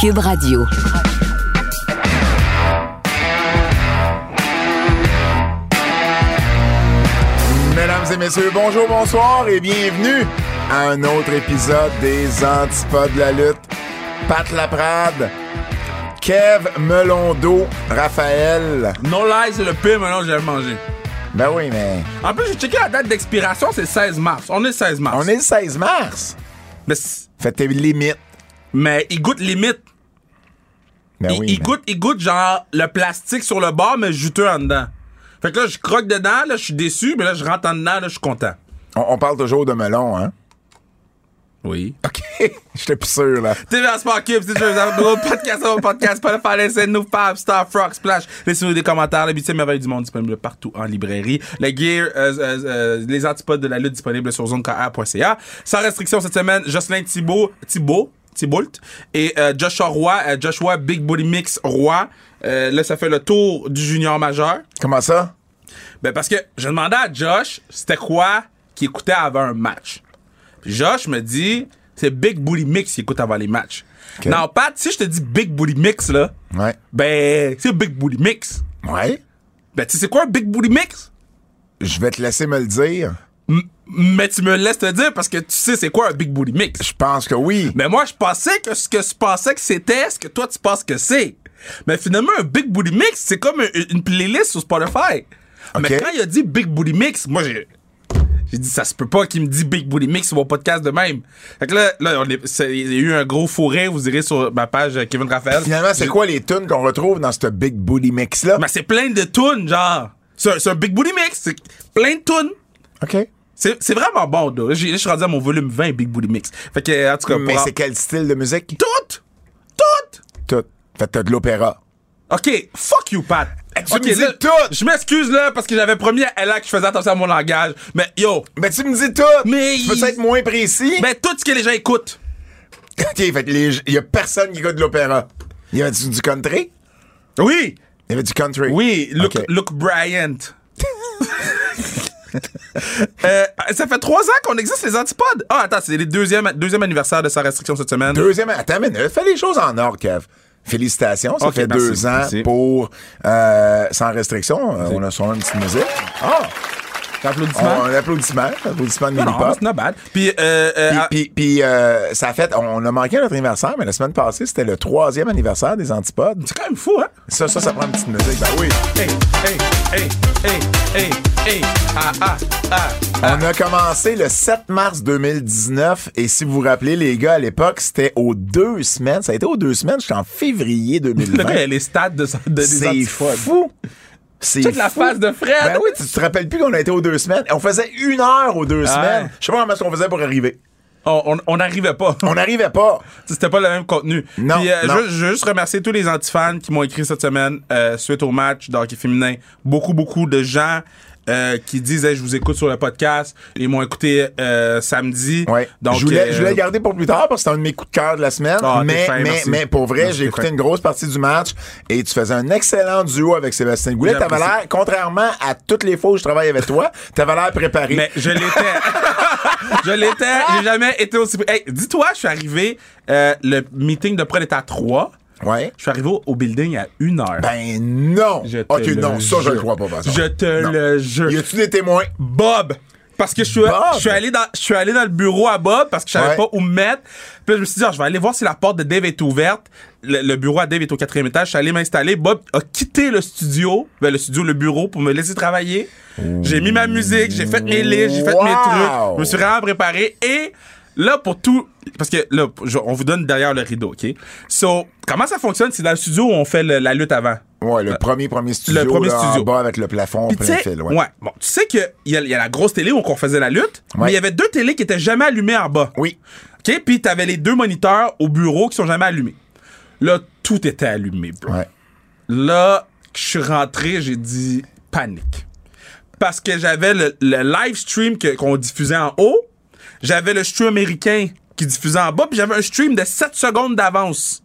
Cube Radio. Mesdames et messieurs, bonjour, bonsoir et bienvenue à un autre épisode des Antipodes de la lutte. Pat Laprade, Kev Melondo, Raphaël. No Lies, c'est le pire maintenant que j'ai mangé. Ben oui, mais En plus, j'ai checké la date d'expiration, c'est 16 mars. On est le 16 mars. on est le 16 mars. Mais, c'est- Faites tes limites. mais il goûte limite. Ben il, oui. il mais- goûte, il goûte genre le plastique sur le bord, mais juteux en dedans. Fait que là, je croque dedans, là, je suis déçu, mais là, je rentre en dedans, là, je suis content. On, on parle toujours de melon, hein? Oui. OK. J'étais plus sûr, là. TVA Sport Cube, c'est toujours un nouveau podcast, un nouveau podcast, pas le palais, c'est nous, Fab, Star, Frog, Splash. Laissez-nous des commentaires, l'habitude merveille du monde disponible partout en librairie. Le gear, euh, euh, euh, les antipodes de la lutte disponibles sur zonekr.ca. Sans restriction cette semaine, Jocelyn Thibault, Thibault, Thibault, et euh, Joshua Roy, euh, Joshua Big Bully Mix Roy. Euh, là, ça fait le tour du junior majeur. Comment ça? Ben parce que je demandais à Josh, c'était quoi qui écoutait avant un match. Puis Josh me dit, c'est Big Bully Mix qui écoute avant les matchs. Non, Pat, si je te dis Big Bully Mix, là, Ouais. ben, c'est Big Bully Mix. Ouais. Ben, tu sais c'est quoi un Big Bully Mix? Je vais te laisser me le dire. M- mais tu me laisses te dire parce que tu sais c'est quoi un Big Bully Mix. Je pense que oui. Mais moi, je pensais que ce que je pensais que c'était, ce que toi, tu penses que c'est. Mais finalement, un Big Booty Mix, c'est comme un- une playlist sur Spotify. Mais Ok. quand il a dit Big Booty Mix, moi, j'ai... J'ai dit, ça se peut pas qu'il me dise Big Booty Mix sur mon podcast de même. Fait que là, là on est- c'est- il y a eu un gros fourré, vous irez sur ma page euh, Kevin Raphaël. Finalement, c'est Je- quoi les tunes qu'on retrouve dans ce Big Booty Mix-là? Mais c'est plein de tunes, genre. C'est un- c'est un Big Booty Mix, c'est plein de tunes. OK. C'est c'est vraiment bon, là. J'ai- Je suis rendu à mon volume 20 Big Booty Mix. Fait que, en tout cas, Mais pour- c'est quel style de musique? Toutes! Toutes! Tout. Fait que t'as de l'opéra. OK, fuck you, Pat. Tu Ok, me dis là, tout. Je m'excuse, là, parce que j'avais promis à Ella que je faisais attention à mon langage. Mais yo, Mais Ben, tu me dis tout! Mais Tu peux il- être moins précis? ben, tout ce que les gens écoutent. OK, fait que les- il y a personne qui écoute de l'opéra. Il y avait du, du country? Oui! Il y avait du country. Oui, Luke, OK. Luke Bryant. Euh, ça fait trois ans qu'on existe, les antipodes. Ah, attends, c'est le deuxième, deuxième anniversaire de sa restriction cette semaine. Deuxième, attends une minute, fais les choses en ordre, Kev. Félicitations, ça Ok, fait merci, deux ans merci. pour euh, Sans restriction. Euh, on a son une petite musique. Ah! On- Applaudissements. Un applaudissement, un applaudissement de Non, Mini non, c'est not bad. Puis, euh, euh, Puis, ah, puis- puis, euh, ça a fait, on a manqué notre anniversaire, mais la semaine passée, c'était le troisième anniversaire des Antipodes. c'est quand même fou, hein? Ça, ça, ça prend une petite musique. Ben oui. Hey, hey, hey, hey, hey, hey, ah, ah, ah. On a commencé le 7 mars 2019 et si vous vous rappelez, les gars, à l'époque, c'était aux deux semaines. Ça a été aux deux semaines jusqu'en février Le gars, 2020. les stats de, de- des C'est antipodes. fou. C'est Check la fou. face de Fred. Ben oui, tu, tu te rappelles plus qu'on a été aux deux semaines. On faisait une heure aux deux semaines. Je sais pas comment est-ce qu'on faisait pour arriver. On- on- on n'arrivait pas. On n'arrivait pas. C'était pas le même contenu. Non, Puis, euh, non. Je, veux- je veux juste remercier tous les antifans qui m'ont écrit cette semaine euh, suite au match d'hockey féminin. Beaucoup, beaucoup de gens euh, qui disent Hey, Je vous écoute sur le podcast. Ils m'ont écouté euh, samedi. Ouais. Donc, je, voulais, euh, je voulais le garder pour plus tard parce que c'est un de mes coups de cœur de la semaine. Ah, t'es mais, fin, mais, merci. mais pour vrai, Merci, j'ai t'es écouté fin. une grosse partie du match et tu faisais un excellent duo avec Sébastien Goulet. J'ai T'avais apprécié. l'air, contrairement à toutes les fois où je travaille avec toi, t'avais l'air préparé. Mais je l'étais. je l'étais. J'ai jamais été aussi. Hey, dis-toi, je suis arrivé. euh, le meeting de prod était à 3. Ouais. Je suis arrivé au, au building à 1 heure. Ben non. Je te ok, le non, ça je le jure. crois pas. par exemple. Je te Non. le jure. Y a-tu des témoins? Bob. Parce que je suis, Bob? je suis allé dans, je suis allé dans le bureau à Bob parce que je savais Ouais. pas où me mettre. Puis là, je me suis dit, ah, je vais aller voir si la porte de Dave est ouverte. Le, le bureau à Dave est au quatrième étage. Je suis allé m'installer. Bob a quitté le studio, ben, le studio, le bureau pour me laisser travailler. J'ai mis ma musique, j'ai fait mes listes, j'ai fait mes Wow. trucs. Je me suis vraiment préparé. Et là, pour tout, parce que là, je- on vous donne derrière le rideau, OK? So, comment ça fonctionne? C'est dans le studio où on fait le- la lutte avant. Ouais, le premier premier studio. Euh, le premier là, studio. En bas avec le plafond en Puis tu plein sais, fil. ouais. Bon, tu sais qu'il y, a- il y a la grosse télé où on faisait la lutte, Ouais. mais il y avait deux télés qui étaient jamais allumées en bas. Oui. OK? Puis t'avais les deux moniteurs au bureau qui sont jamais allumés. Là, tout était allumé, bro. Ouais. Là, je suis rentré, j'ai dit panique. Parce que j'avais le, le live stream que- qu'on diffusait en haut, j'avais le stream américain qui diffusait en bas, puis j'avais un stream de 7 secondes d'avance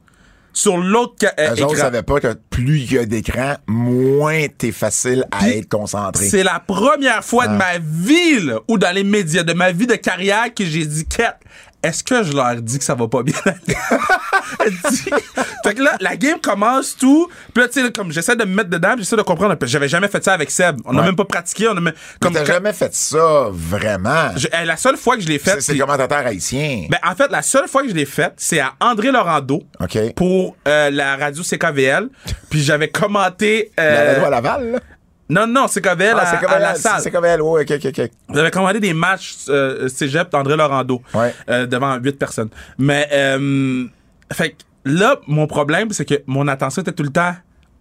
sur l'autre ca- euh, Eux autres écran. savaient pas que plus il y a d'écran, moins t'es facile à Puis, être concentré. C'est la première fois Ah. de ma vie, là, ou dans les médias, de ma vie de carrière, que j'ai dit, Quête, est-ce que je leur dis que ça va pas bien? aller? dit- fait que là, la game commence tout. Puis là, tu sais, comme j'essaie de me mettre dedans, puis j'essaie de comprendre. un peu. J'avais jamais fait ça avec Seb. On n'a Ouais. même pas pratiqué. On a même- Comme comme t'as quand- jamais fait ça, vraiment. je- eh, la seule fois que je l'ai C'est faite, c'est le commentateur haïtien. ben, en fait, la seule fois que je l'ai faite, c'est à André Laurando OK. pour euh, la radio CKVL. Puis j'avais commenté. euh, La radio à Laval, là? Non, non, CKVL Ah, à, c'est comme à elle, la salle. C'est comme elle, ouais, ok, ok, ok. J'avais commandé des matchs euh, cégep d'André Laurando Ouais. euh, devant huit personnes. Mais, euh, fait que là, mon problème, c'est que mon attention était tout le temps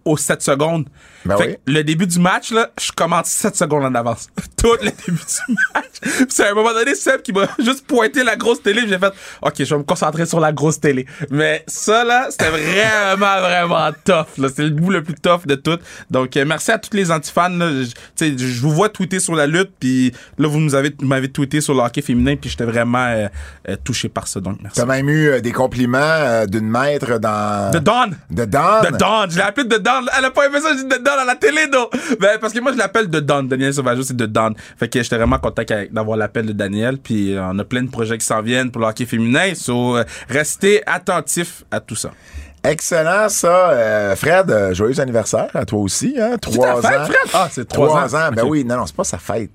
aux 7 secondes. Ben fait oui. que le début du match, là, je commence 7 secondes en avance. tout le début du match. Puis c'est à un moment donné, Seb qui m'a juste pointé la grosse télé. puis J'ai fait, OK, je vais me concentrer sur la grosse télé. Mais ça, là, c'était vraiment, vraiment tough. là. C'est le bout le plus tough de tout. Donc, euh, merci à tous les antifans. là. Je- tu sais, Je vous vois tweeter sur la lutte. Puis là, vous nous avez- vous m'avez tweeté sur le hockey féminin. Puis j'étais vraiment euh, euh, touché par ça. Donc, merci. T'as même eu euh, des compliments euh, d'une maître dans... De Dawn! De Don. De Dawn, je l'ai appelé de Dawn. Elle a pas aimé ça, j'ai dit de Dawn à la télé, non. Ben, parce que moi, je l'appelle de Dawn. Daniel Sauvageau, c'est de Dawn. Fait que j'étais vraiment content qu'à- d'avoir l'appel de Daniel. Puis euh, on a plein de projets qui s'en viennent pour le hockey féminin. So, euh, restez attentifs à tout ça. Excellent, ça. Euh, Fred, euh, joyeux anniversaire à toi aussi. Hein? Trois fête, ans. Fred? Ah, c'est trois trois ans. ans. Ben Ok. oui, non, non, c'est pas sa fête.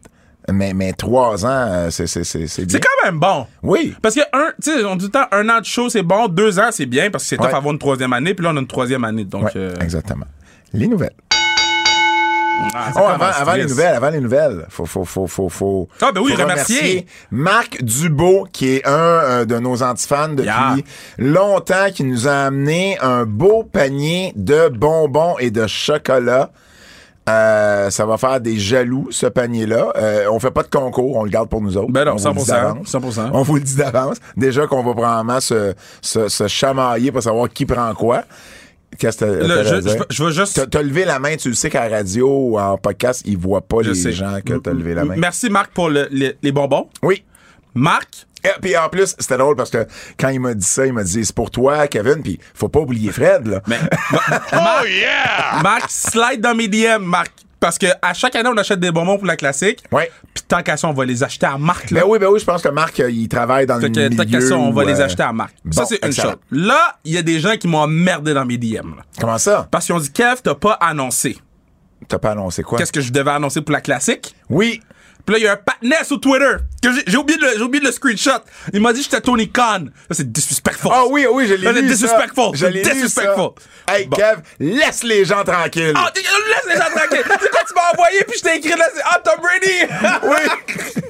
Mais, mais trois ans, euh, c'est, c'est, c'est, c'est bien. C'est quand même bon. Oui. Parce que, un, tu sais, on dit tout le temps, un an de show, c'est bon. Deux ans, c'est bien. Parce que c'est tough Ouais. avoir une troisième année. Puis là, on a une troisième année. Donc, Ouais, euh, Exactement. Les nouvelles. ah, ça Oh, avant, commence avant les triste. nouvelles, avant les nouvelles, faut, faut, faut, faut, faut. Ah, ben oui, faut remercier. Marc Dubo, qui est un euh, de nos antifans depuis Yeah. longtemps, qui nous a amené un beau panier de bonbons et de chocolat. Euh, ça va faire des jaloux, ce panier-là. Euh, on fait pas de concours, on le garde pour nous autres. Ben non, On vous le dit 100%, d'avance. 100%. On vous le dit d'avance. Déjà qu'on va probablement se, se, se chamailler pour savoir qui prend quoi. Qu'est-ce que t'as- Là, t'as à je, dire? je- je veux juste. T'as, t'as levé la main, tu le sais qu'à la radio ou en podcast, ils voient pas je les sais. gens que t'as levé la main. Merci, Marc, pour le- les- les bonbons. Oui. Marc, Et puis en plus, c'était drôle parce que quand il m'a dit ça, il m'a dit c'est pour toi, Kevin, puis faut pas oublier Fred là. Mais oh yeah! Marc, slide dans mes DM, Marc. Parce que à chaque année, on achète des bonbons pour la classique. Ouais. Puis tant qu'à ça, on va les acheter à Marc. Là. Ben oui, ben oui, je pense que Marc euh, il travaille dans Fait le que milieu. tant qu'à ça, on va où, les euh, acheter à Marc. bon, ça, c'est une excellent. chose. Là, il y a des gens qui m'ont emmerdé dans mes DM. là. Comment ça Parce qu'ils ont dit, Kev, t'as pas annoncé. T'as pas annoncé quoi Qu'est-ce que je devais annoncer pour la classique? Oui. Puis là, il y a un patinet sur Twitter. que j'ai- J'ai oublié, de le- j'ai oublié de le screenshot. Il m'a dit, j'étais Tony Khan. Ça, c'est disrespectful. Ah oui, oui, je l'ai Ça, lu. c'est disrespectful. Ça. Je l'ai lu, Disrespectful. ça. Hey Bon. Kev, laisse les gens tranquilles. Ah, t'es- laisse les gens tranquilles. C'est quoi, tu m'as envoyé, puis je t'ai écrit là, c'est Ah, Tom Brady!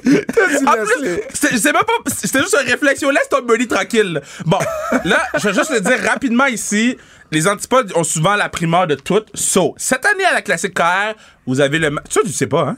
oui. T'as dit En laisse plus, les- c'est- c'est même pas. C'était juste un réflexion. Laisse Tom Brady tranquille. Bon, là, je vais juste le dire rapidement ici. Les antipodes ont souvent la primeur de toutes. So, cette année à la classique KR, vous avez le. ma- Ça, tu sais pas, hein?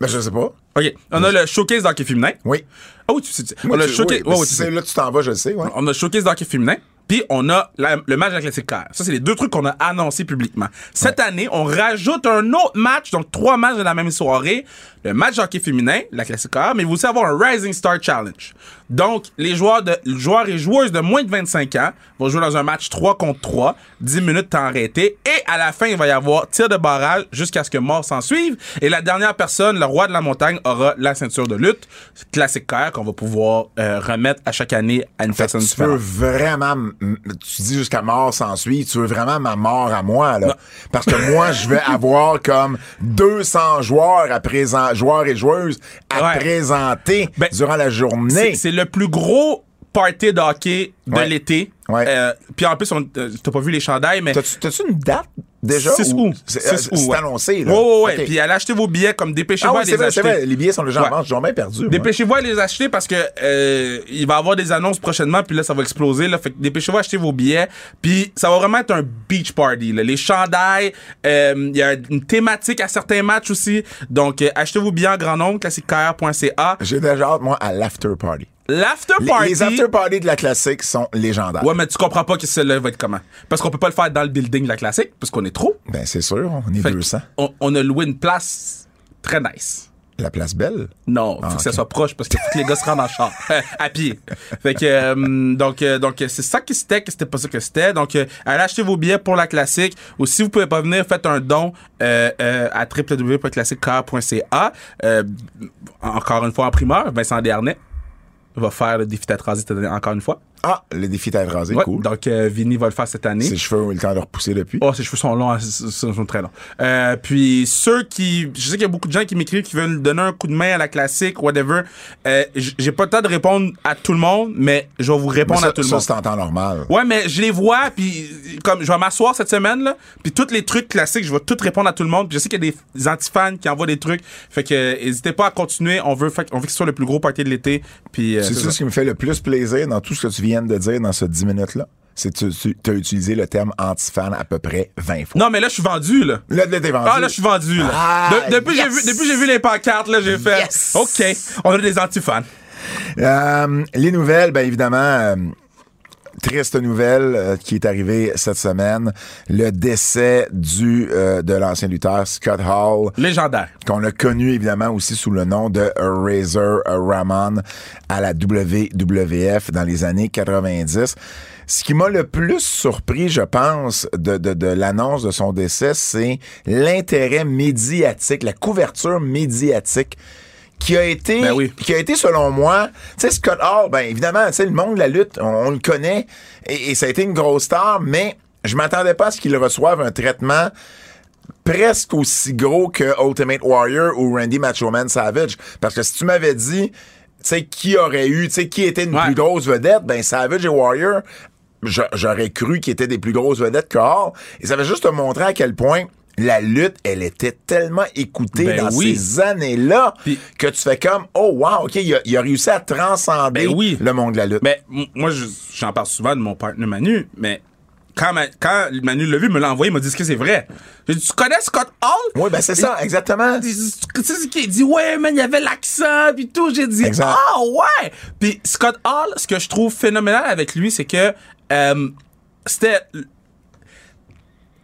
Ben je sais pas. OK. On a le showcase d'hockey féminin. Oui. Oh, tu sais. tu- Oui, On a le tu- showcase. oui, ouais, ouais, tu si sais. c'est là que tu t'en vas, je le sais, ouais. On a le showcase d'hockey féminin. Puis on a la- le match de la classique KR. Ça, c'est les deux trucs qu'on a annoncés publiquement. Cette année, on rajoute un autre match, donc trois matchs de la même soirée. Le match d'hockey féminin, la classique KR, mais vous aussi avoir un Rising Star Challenge. Donc, les joueurs, de, joueurs et joueuses de moins de 25 ans vont jouer dans un match 3 contre 3, 10 minutes temps arrêté. Et à la fin, il va y avoir tir de barrage jusqu'à ce que mort s'en suive. Et la dernière personne, le roi de la montagne, aura la ceinture de lutte. Classique KR qu'on va pouvoir euh, remettre à chaque année à une personne tu veux vraiment, m- m- tu dis jusqu'à mort sans suite, tu veux vraiment ma mort à moi, là. Parce que moi, je vais avoir comme 200 joueurs à présent, joueurs et joueuses à Ouais. présenter Ben, durant la journée. C'est- C'est le plus gros party de hockey de Ouais. l'été. Ouais. Euh, puis en plus, on- euh, t'as pas vu les chandails, mais. T'as-tu t'as-tu une date déjà? 6 ou- août. C'est euh, 6 août, c'est ouais. annoncé, là. Ouais, ouais, ouais. OK. Puis euh, allez acheter vos billets, comme ah dépêchez-vous oui, à c'est les vrai, c'est acheter. vrai. Les billets sont déjà Ouais. en vente. J'ai bien perdu. moi. Dépêchez-vous à les acheter parce que euh, il va y avoir des annonces prochainement, puis là, ça va exploser. Là. Fait que dépêchez-vous à acheter vos billets. Puis ça va vraiment être un beach party. là. Les chandails, euh, il y a une thématique à certains matchs aussi. Donc, euh, achetez vos billets en grand nombre, classiquecarrière.ca. J'ai déjà hâte, moi, à l'after party. L'after Les, party... les after party de la classique sont légendaires. Ouais, mais tu comprends pas que celle-là va être comment. Parce qu'on peut pas le faire dans le building de la classique, parce qu'on est trop. Ben, c'est sûr, on est Fait que 200. on, on a loué une place très nice. La place belle. Non, faut que ça soit proche parce que tous les gars se rendent en char. à pied. Fait que, euh, donc, euh, donc, euh, c'est ça qui c'était, que c'était pas ça que c'était. Donc, euh, allez acheter vos billets pour la classique. Ou si vous pouvez pas venir, faites un don, euh, euh, à www.classiquecar.ca. Euh, encore une fois en primeur, Vincent Dernay va faire le défi de la transit encore une fois. Ah, le défi tête rasée, Ouais, cool. Donc, euh, Vinny va le faire cette année. Ses cheveux ont eu le temps de repousser depuis. Oh, ses cheveux sont longs, hein, s- s- sont très longs. Euh, puis ceux qui, je sais qu'il y a beaucoup de gens qui m'écrivent qui veulent donner un coup de main à la classique, whatever. Euh, j- j'ai pas le temps de répondre à tout le monde, mais je vais vous Mais répondre ça, à tout le ça, monde. c'est en temps normal. Ouais, mais je les vois, puis comme je vais m'asseoir cette semaine là, puis tous les trucs classiques, je vais tout répondre à tout le monde. Puis je sais qu'il y a des antifans qui envoient des trucs, fait que euh, n'hésitez pas à continuer. On veut, fait- on veut que ce soit le plus gros party de l'été. Puis euh, C'est c'est ça ça. ce qui me fait le plus plaisir dans tout ce que tu viens de dire dans ce 10 minutes-là. C'est que tu, tu as utilisé le terme anti-fan à peu près 20 fois. non, mais là je suis vendu là. Là, là, t'es vendu. Ah là, je suis vendu. Là. Ah, De- depuis yes. j'ai vu, depuis que j'ai vu les pancartes là, j'ai fait. Yes. Ok, on a des antifans. Euh, les nouvelles, bien évidemment, euh, triste nouvelle euh, qui est arrivée cette semaine, le décès du euh, de l'ancien lutteur Scott Hall, Légendaire. qu'on a connu évidemment aussi sous le nom de Razor Ramon à la WWF dans les années 90. Ce qui m'a le plus surpris, je pense, de, de- de l'annonce de son décès, c'est l'intérêt médiatique, la couverture médiatique qui a été, Ben oui. qui a été selon moi, tu sais, Scott Hall, ben évidemment, tu sais, le monde de la lutte, on, on le connaît, et, et ça a été une grosse star, mais je m'attendais pas à ce qu'il reçoive un traitement presque aussi gros que Ultimate Warrior ou Randy Macho Man Savage. Parce que si tu m'avais dit, tu sais, qui aurait eu, tu sais, qui était une Ouais. plus grosse vedette, ben Savage et Warrior, je- j'aurais cru qu'ils étaient des plus grosses vedettes que Hall. Et ça veut juste te montrer à quel point la lutte, elle était tellement écoutée Ben dans oui. ces années-là Puis- que tu fais comme, oh wow, OK, il a, il a réussi à transcender Ben oui. le monde de la lutte. Mais m- moi, je- j'en parle souvent de mon partenaire Manu, mais quand, Ma- quand Manu l'a vu, il me l'a envoyé, il m'a dit Est-ce que c'est vrai. J'ai dit, tu connais Scott Hall? oui, ben c'est ça, exactement. Tu sais ce qu'il dit, ouais, man, il y avait l'accent, puis tout. J'ai dit, Exact. ah, ouais! Puis Scott Hall, ce que je trouve phénoménal avec lui, c'est que euh, c'était.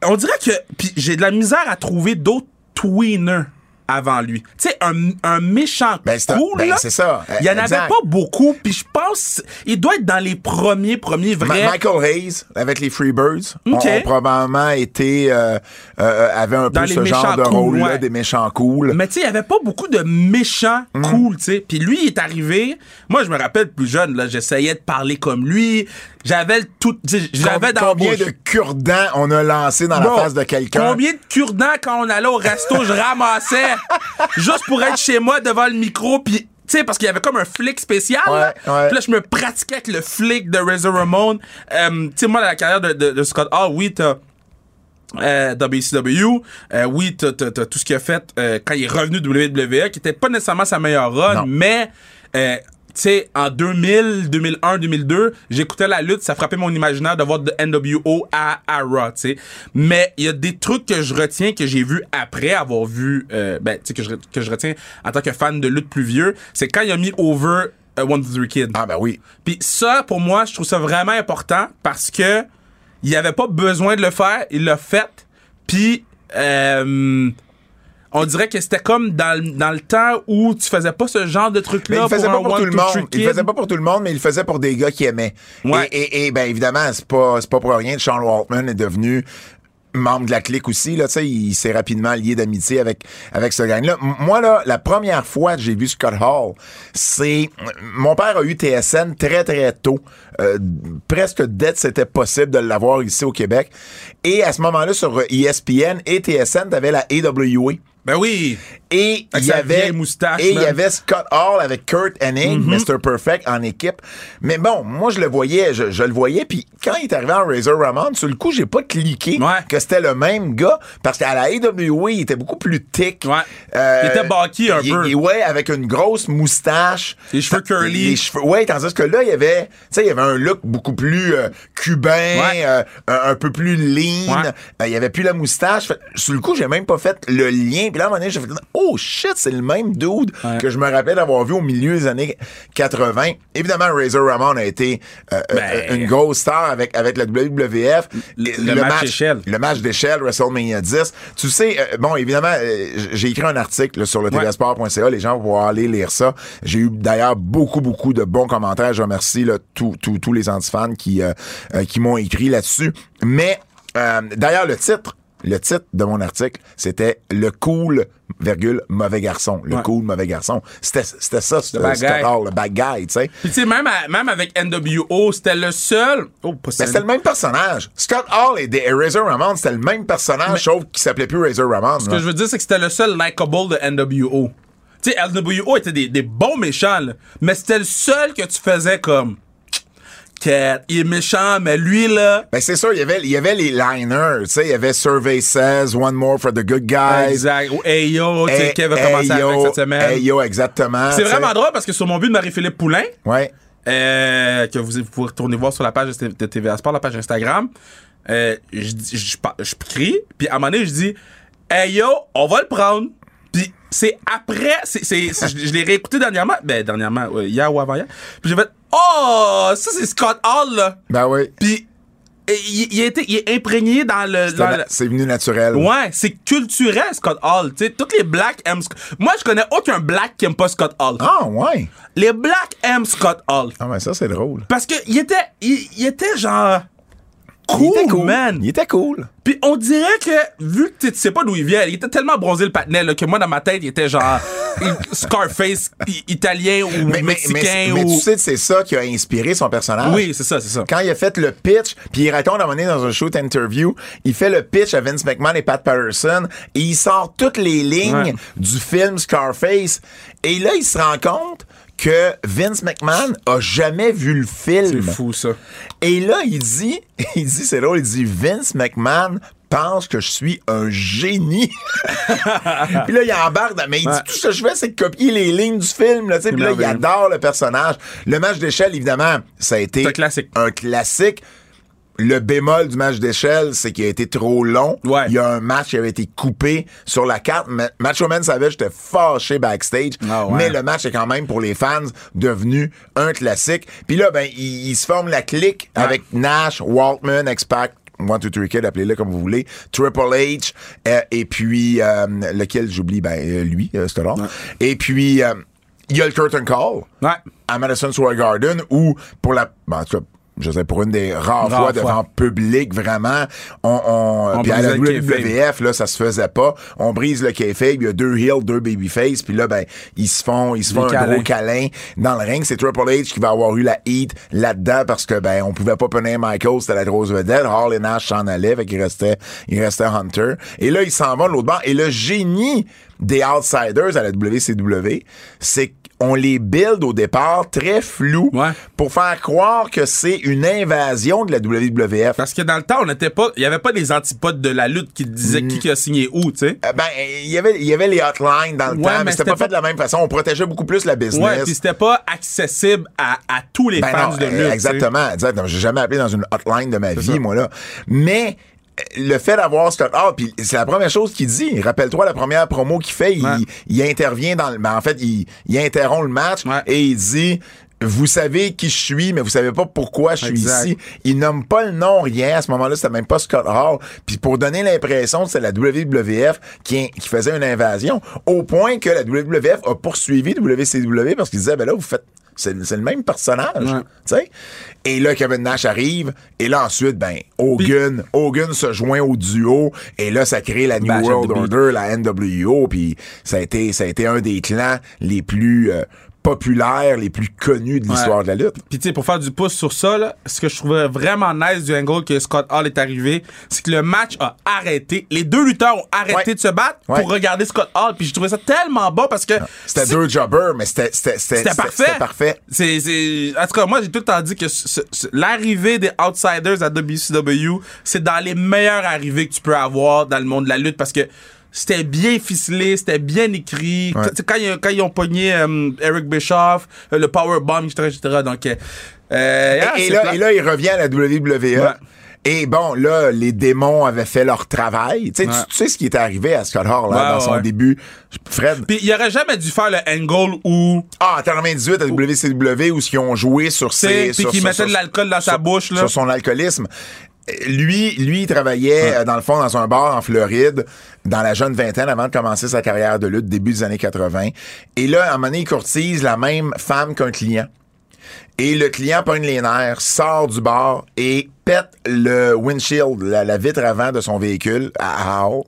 On dirait que. Puis j'ai de la misère à trouver d'autres tweeners avant lui. Tu sais, un, un méchant Ben, c'est un- cool, ben, là, c'est ça. Il y en Exact. avait pas beaucoup, puis je pense. Il doit être dans les premiers, premiers Ma- vrais. Michael Hayes avec les Freebirds ont- Ok. ont probablement été euh, euh, avait un Dans peu les ce genre méchants de cool, rôle là ouais. des méchants cool. Mais tu sais, il y avait pas beaucoup de méchants Mm. cool, tu sais. Puis lui, il est arrivé. Moi, je me rappelle plus jeune, là, j'essayais de parler comme lui. J'avais le tout. tu sais, J'avais dans la combien bouche. de cure-dents on a lancé dans Bon, la face de quelqu'un Combien de cure-dents quand on allait au resto, je ramassais juste pour être chez moi devant le micro puis tu sais, parce qu'il y avait comme un flic spécial. là. Ouais, ouais. Puis là, je me pratiquais avec le flic de Razor Ramon. Euh, tu sais, moi, dans la carrière de, de- de Scott Hall, oui, t'as euh, WCW, euh, oui, t'as t'as- t'as tout ce qu'il a fait euh, quand il est revenu de WWE, qui était pas nécessairement sa meilleure run, Non. mais euh, tu sais, en 2000, 2001, 2002, j'écoutais la lutte, ça frappait mon imaginaire de voir de NWO à, à Raw, tu sais. Mais il y a des trucs que je retiens, que j'ai vu après avoir vu, euh, ben, tu sais, que je, re- que je retiens en tant que fan de lutte plus vieux, c'est quand il a mis over euh, One Two Three Kid. Ah ben oui. Puis ça, pour moi, je trouve ça vraiment important parce que il avait pas besoin de le faire, il l'a fait. Puis euh, on dirait que c'était comme dans, le- dans le temps où tu faisais pas ce genre de truc Mais là il faisait pour pas un pour one tout le two, monde. three Il kid. faisait pas pour tout le monde, mais il le faisait pour des gars qui aimaient. Ouais. Et, et, et, ben évidemment, c'est pas c'est pas pour rien que Sean Waltman est devenu membre de la clique aussi là, tu sais, il s'est rapidement lié d'amitié avec avec ce gang là. Moi là, la première fois que j'ai vu Scott Hall, c'est mon père a eu TSN très très tôt, Euh, presque dès que c'était possible de l'avoir ici au Québec. Et à ce moment-là sur E ESPN et TSN, t'avais la AWA. Ben oui. Et Avec il y sa avait vieille moustache, et il y man. Mm-hmm. avait Scott Hall avec Kurt Hennig, Mr. Perfect en équipe. Mais bon, moi je le voyais, je, je le voyais puis quand il est arrivé en Razor Ramon, sur le coup, j'ai pas cliqué Ouais. que c'était le même gars parce qu'à la AWA, il était beaucoup plus thick. Euh, Ouais. Il était baki un il- peu. il- ouais, avec une grosse moustache. Les cheveux Ta- curly. Les cheveux, ouais, tandis que là, il y avait, tu sais, il y avait un look beaucoup plus euh, cubain, Ouais. euh, un, un peu plus lean. Ouais. Euh, il y avait plus la moustache. Fait- sur le coup, j'ai même pas fait le lien. Puis là, à un moment donné, j'ai fait Oh shit, c'est le même dude Ouais. que je me rappelle avoir vu au milieu des années 80. Évidemment, Razor Ramon a été euh, Ben. euh, une grosse star avec, avec la WWF. le match d'échelle. Le match d'échelle, WrestleMania 10. Tu sais, euh, bon, évidemment, euh, j- j'ai écrit un article là, sur le Ouais. télésport.ca. Les gens vont pouvoir aller lire ça. J'ai eu d'ailleurs beaucoup, beaucoup de bons commentaires. Je remercie là, tous- tous tous les antifans qui, euh, euh, qui m'ont écrit là-dessus. Mais euh, d'ailleurs, le titre Le titre de mon article, c'était Le cool, virgule, mauvais garçon. Le Ouais. cool, mauvais garçon. C'était c'était ça, ce bad ce guy. rôle, le bad guy, tu sais. Puis tu sais, même, à- même avec NWO, c'était le seul. Oh, pas Mais c'était Ben, le même personnage. Scott Hall et, des- et Razor Ramon, c'était le même personnage, sauf qu'il s'appelait plus Razor Ramon. Ce là. que je veux dire, c'est que c'était le seul likable de NWO. Tu sais, NWO était des, des bons méchants, là, mais c'était le seul que tu faisais comme. Cat, il est méchant, mais lui, là. Ben c'est sûr, il y avait, il y avait les liners, tu sais, il y avait Survey Says, One More for the Good Guys. Exact. Ou Hey yo, tu sais, Hey, Kev a hey, commencé avec yo, cette semaine. hey, yo, exactement. c'est tu sais. vraiment drôle parce que sur mon but de Marie-Philippe Poulain, Ouais. euh, que vous, vous pouvez retourner voir sur la page de de TVA Sport, la page Instagram, euh, je, dis- je, par- je crie, puis à un moment donné, je dis Hey yo, on va le prendre. Puis c'est après, c'est, c'est, c'est- je, je l'ai réécouté dernièrement, ben dernièrement, ouais, hier ou avant-hier, puis j'ai fait Oh, ça c'est Scott Hall, là. Ben oui. Puis et il, il a été- il est imprégné dans le. dans le- C'est venu naturel. Ouais, c'est culturel Scott Hall. Tu sais, toutes les blacks aiment. Sc- Moi, je connais aucun black qui aime pas Scott Hall. Ah ouais. Les blacks aiment Scott Hall. Ah ben ça c'est drôle. Parce que il était, il, il était genre Il cool, était man. Il était cool. Puis on dirait que vu que tu sais pas d'où il vient, il était tellement bronzé le patinet là, que moi dans ma tête il était genre il- Scarface i- italien ou Mais, mais, mais, mexicain mais ou. tu sais, c'est ça qui a inspiré son personnage. oui, c'est ça, c'est ça. Quand il a fait le pitch, puis il raconte à un moment donné dans un shoot interview, il fait le pitch à Vince McMahon et Pat Patterson, et il sort toutes les lignes Ouais. du film Scarface. Et là, il se rend compte que Vince McMahon a jamais vu le film. C'est fou ça. Et là, il dit, il dit, c'est drôle, il dit Vince McMahon pense que je suis un génie. puis là, il embarque, dans- mais il dit tout ce que je fais, c'est copier les lignes du film. Là, tu sais. puis là, il merveilleux. adore le personnage. Le match d'échelle, évidemment, ça a été C'est un classique. un classique. Le bémol du match d'échelle, c'est qu'il a été trop long. Ouais. Il y a un match qui avait été coupé sur la carte. Ma- Macho Man savait, j'étais fâché backstage. Ah ouais. Mais le match est quand même, pour les fans, devenu un classique. Puis là, ben, il, il se forme la clique avec Nash, Walkman, X-Pac, 1, 2, 3, Kid, appelez-le comme vous voulez, Triple H, euh, et puis, euh, lequel j'oublie, ben, euh, lui, euh, c'est long. Et puis, euh, il y a le curtain call Ouais. à Madison Square Garden où pour la ben, en tout cas, je sais pour une des rares Rare fois fois. devant public vraiment on, on, On puis à la E, brisait le WWF là ça se faisait pas on brise le kayfabe il y a deux heels deux babyface puis là ben ils se font ils se font un câlins. gros câlin dans le ring c'est Triple H qui va avoir eu la heat là-dedans parce que ben on pouvait pas punir Michael c'était la grosse vedette Hall et Nash s'en allaient fait qu'il restait il restait Hunter et là ils s'en vont de l'autre bord et le génie des outsiders à la WCW c'est qu'on les build au départ très flou Ouais. pour faire croire que c'est une invasion de la WWF. Parce que dans le temps on n'était pas, il y avait pas des antipodes de la lutte qui disaient Mm. qui, qui a signé où, tu sais. Euh, Ben, il y avait, il y avait les hotlines dans le Ouais, temps, mais, mais c'était pas, fait de la même façon. On protégeait beaucoup plus la business. Ouais, puis c'était pas accessible à, à tous les Ben fans non, de euh, lutte. tu sais. Exactement. exactement. J'ai jamais appelé dans une hotline de ma vie, moi, là. Mais euh, le fait d'avoir Scott Hall, puis c'est la première chose qu'il dit. Rappelle-toi la première promo qu'il fait, il, Ouais. il intervient dans le. ben, en fait, il, il interrompt le match Ouais. et il dit. Vous savez qui je suis, mais vous savez pas pourquoi je suis Exact. ici. Il nomme pas le nom, rien. À ce moment-là, c'était même pas Scott Hall. Puis pour donner l'impression que c'est la WWF qui, qui faisait une invasion, au point que la WWF a poursuivi WCW parce qu'ils disaient, ben là, vous faites, c'est c'est le même personnage. Ouais. Tu sais? Et là, Kevin Nash arrive. Et là, ensuite, ben, Hogan, Hogan se joint au duo. Et là, ça crée la New Bash at World the Beach. Order, la NWO. Puis ça a été, ça a été un des clans les plus euh, populaires, les plus connus de l'histoire Ouais. de la lutte. Puis tu sais, pour faire du pouce sur ça, là, ce que je trouvais vraiment nice du angle que Scott Hall est arrivé, c'est que le match a arrêté. Les deux lutteurs ont arrêté Ouais. de se battre Ouais. Ah, pour regarder Scott Hall. Puis je trouvais ça tellement bon parce que C'était si- deux jobbers, mais c'était, c'était, c'était, c'était c'était- parfait. c'était parfait. C'est, c'est- En tout cas, moi, j'ai tout le temps dit que ce- ce- ce- l'arrivée des outsiders à WCW, c'est dans les meilleures arrivées que tu peux avoir dans le monde de la lutte parce que c'était bien ficelé, c'était bien écrit. Ouais. Tu sais, Quand, ils- quand ils ont pogné euh, Eric Bischoff, euh, le Powerbomb, etc., etc. Donc, euh, euh, ah, Et, et c'est là, plat. et là, il revient à la WWE. Ouais. Et bon, là, les démons avaient fait leur travail. Tu sais, tu- Ouais. tu sais ce qui est arrivé à Scott Hall là, Ouais, dans ouais, son ouais. début. Fred, Puis il aurait jamais dû faire le angle où Ah, en 98 à WCW où ils ont joué sur ses c'est puis sur- qu'il sur- mettait sur- de l'alcool dans sa sur- bouche là. sur son alcoolisme. Euh, Lui, lui, il travaillait euh, dans le fond dans un bar en Floride dans la jeune vingtaine avant de commencer sa carrière de lutte début des années 80. Et là, à un moment donné, il courtise la même femme qu'un client. Et le client pogne les nerfs, sort du bar et pète le windshield, la, la vitre avant de son véhicule à Howell.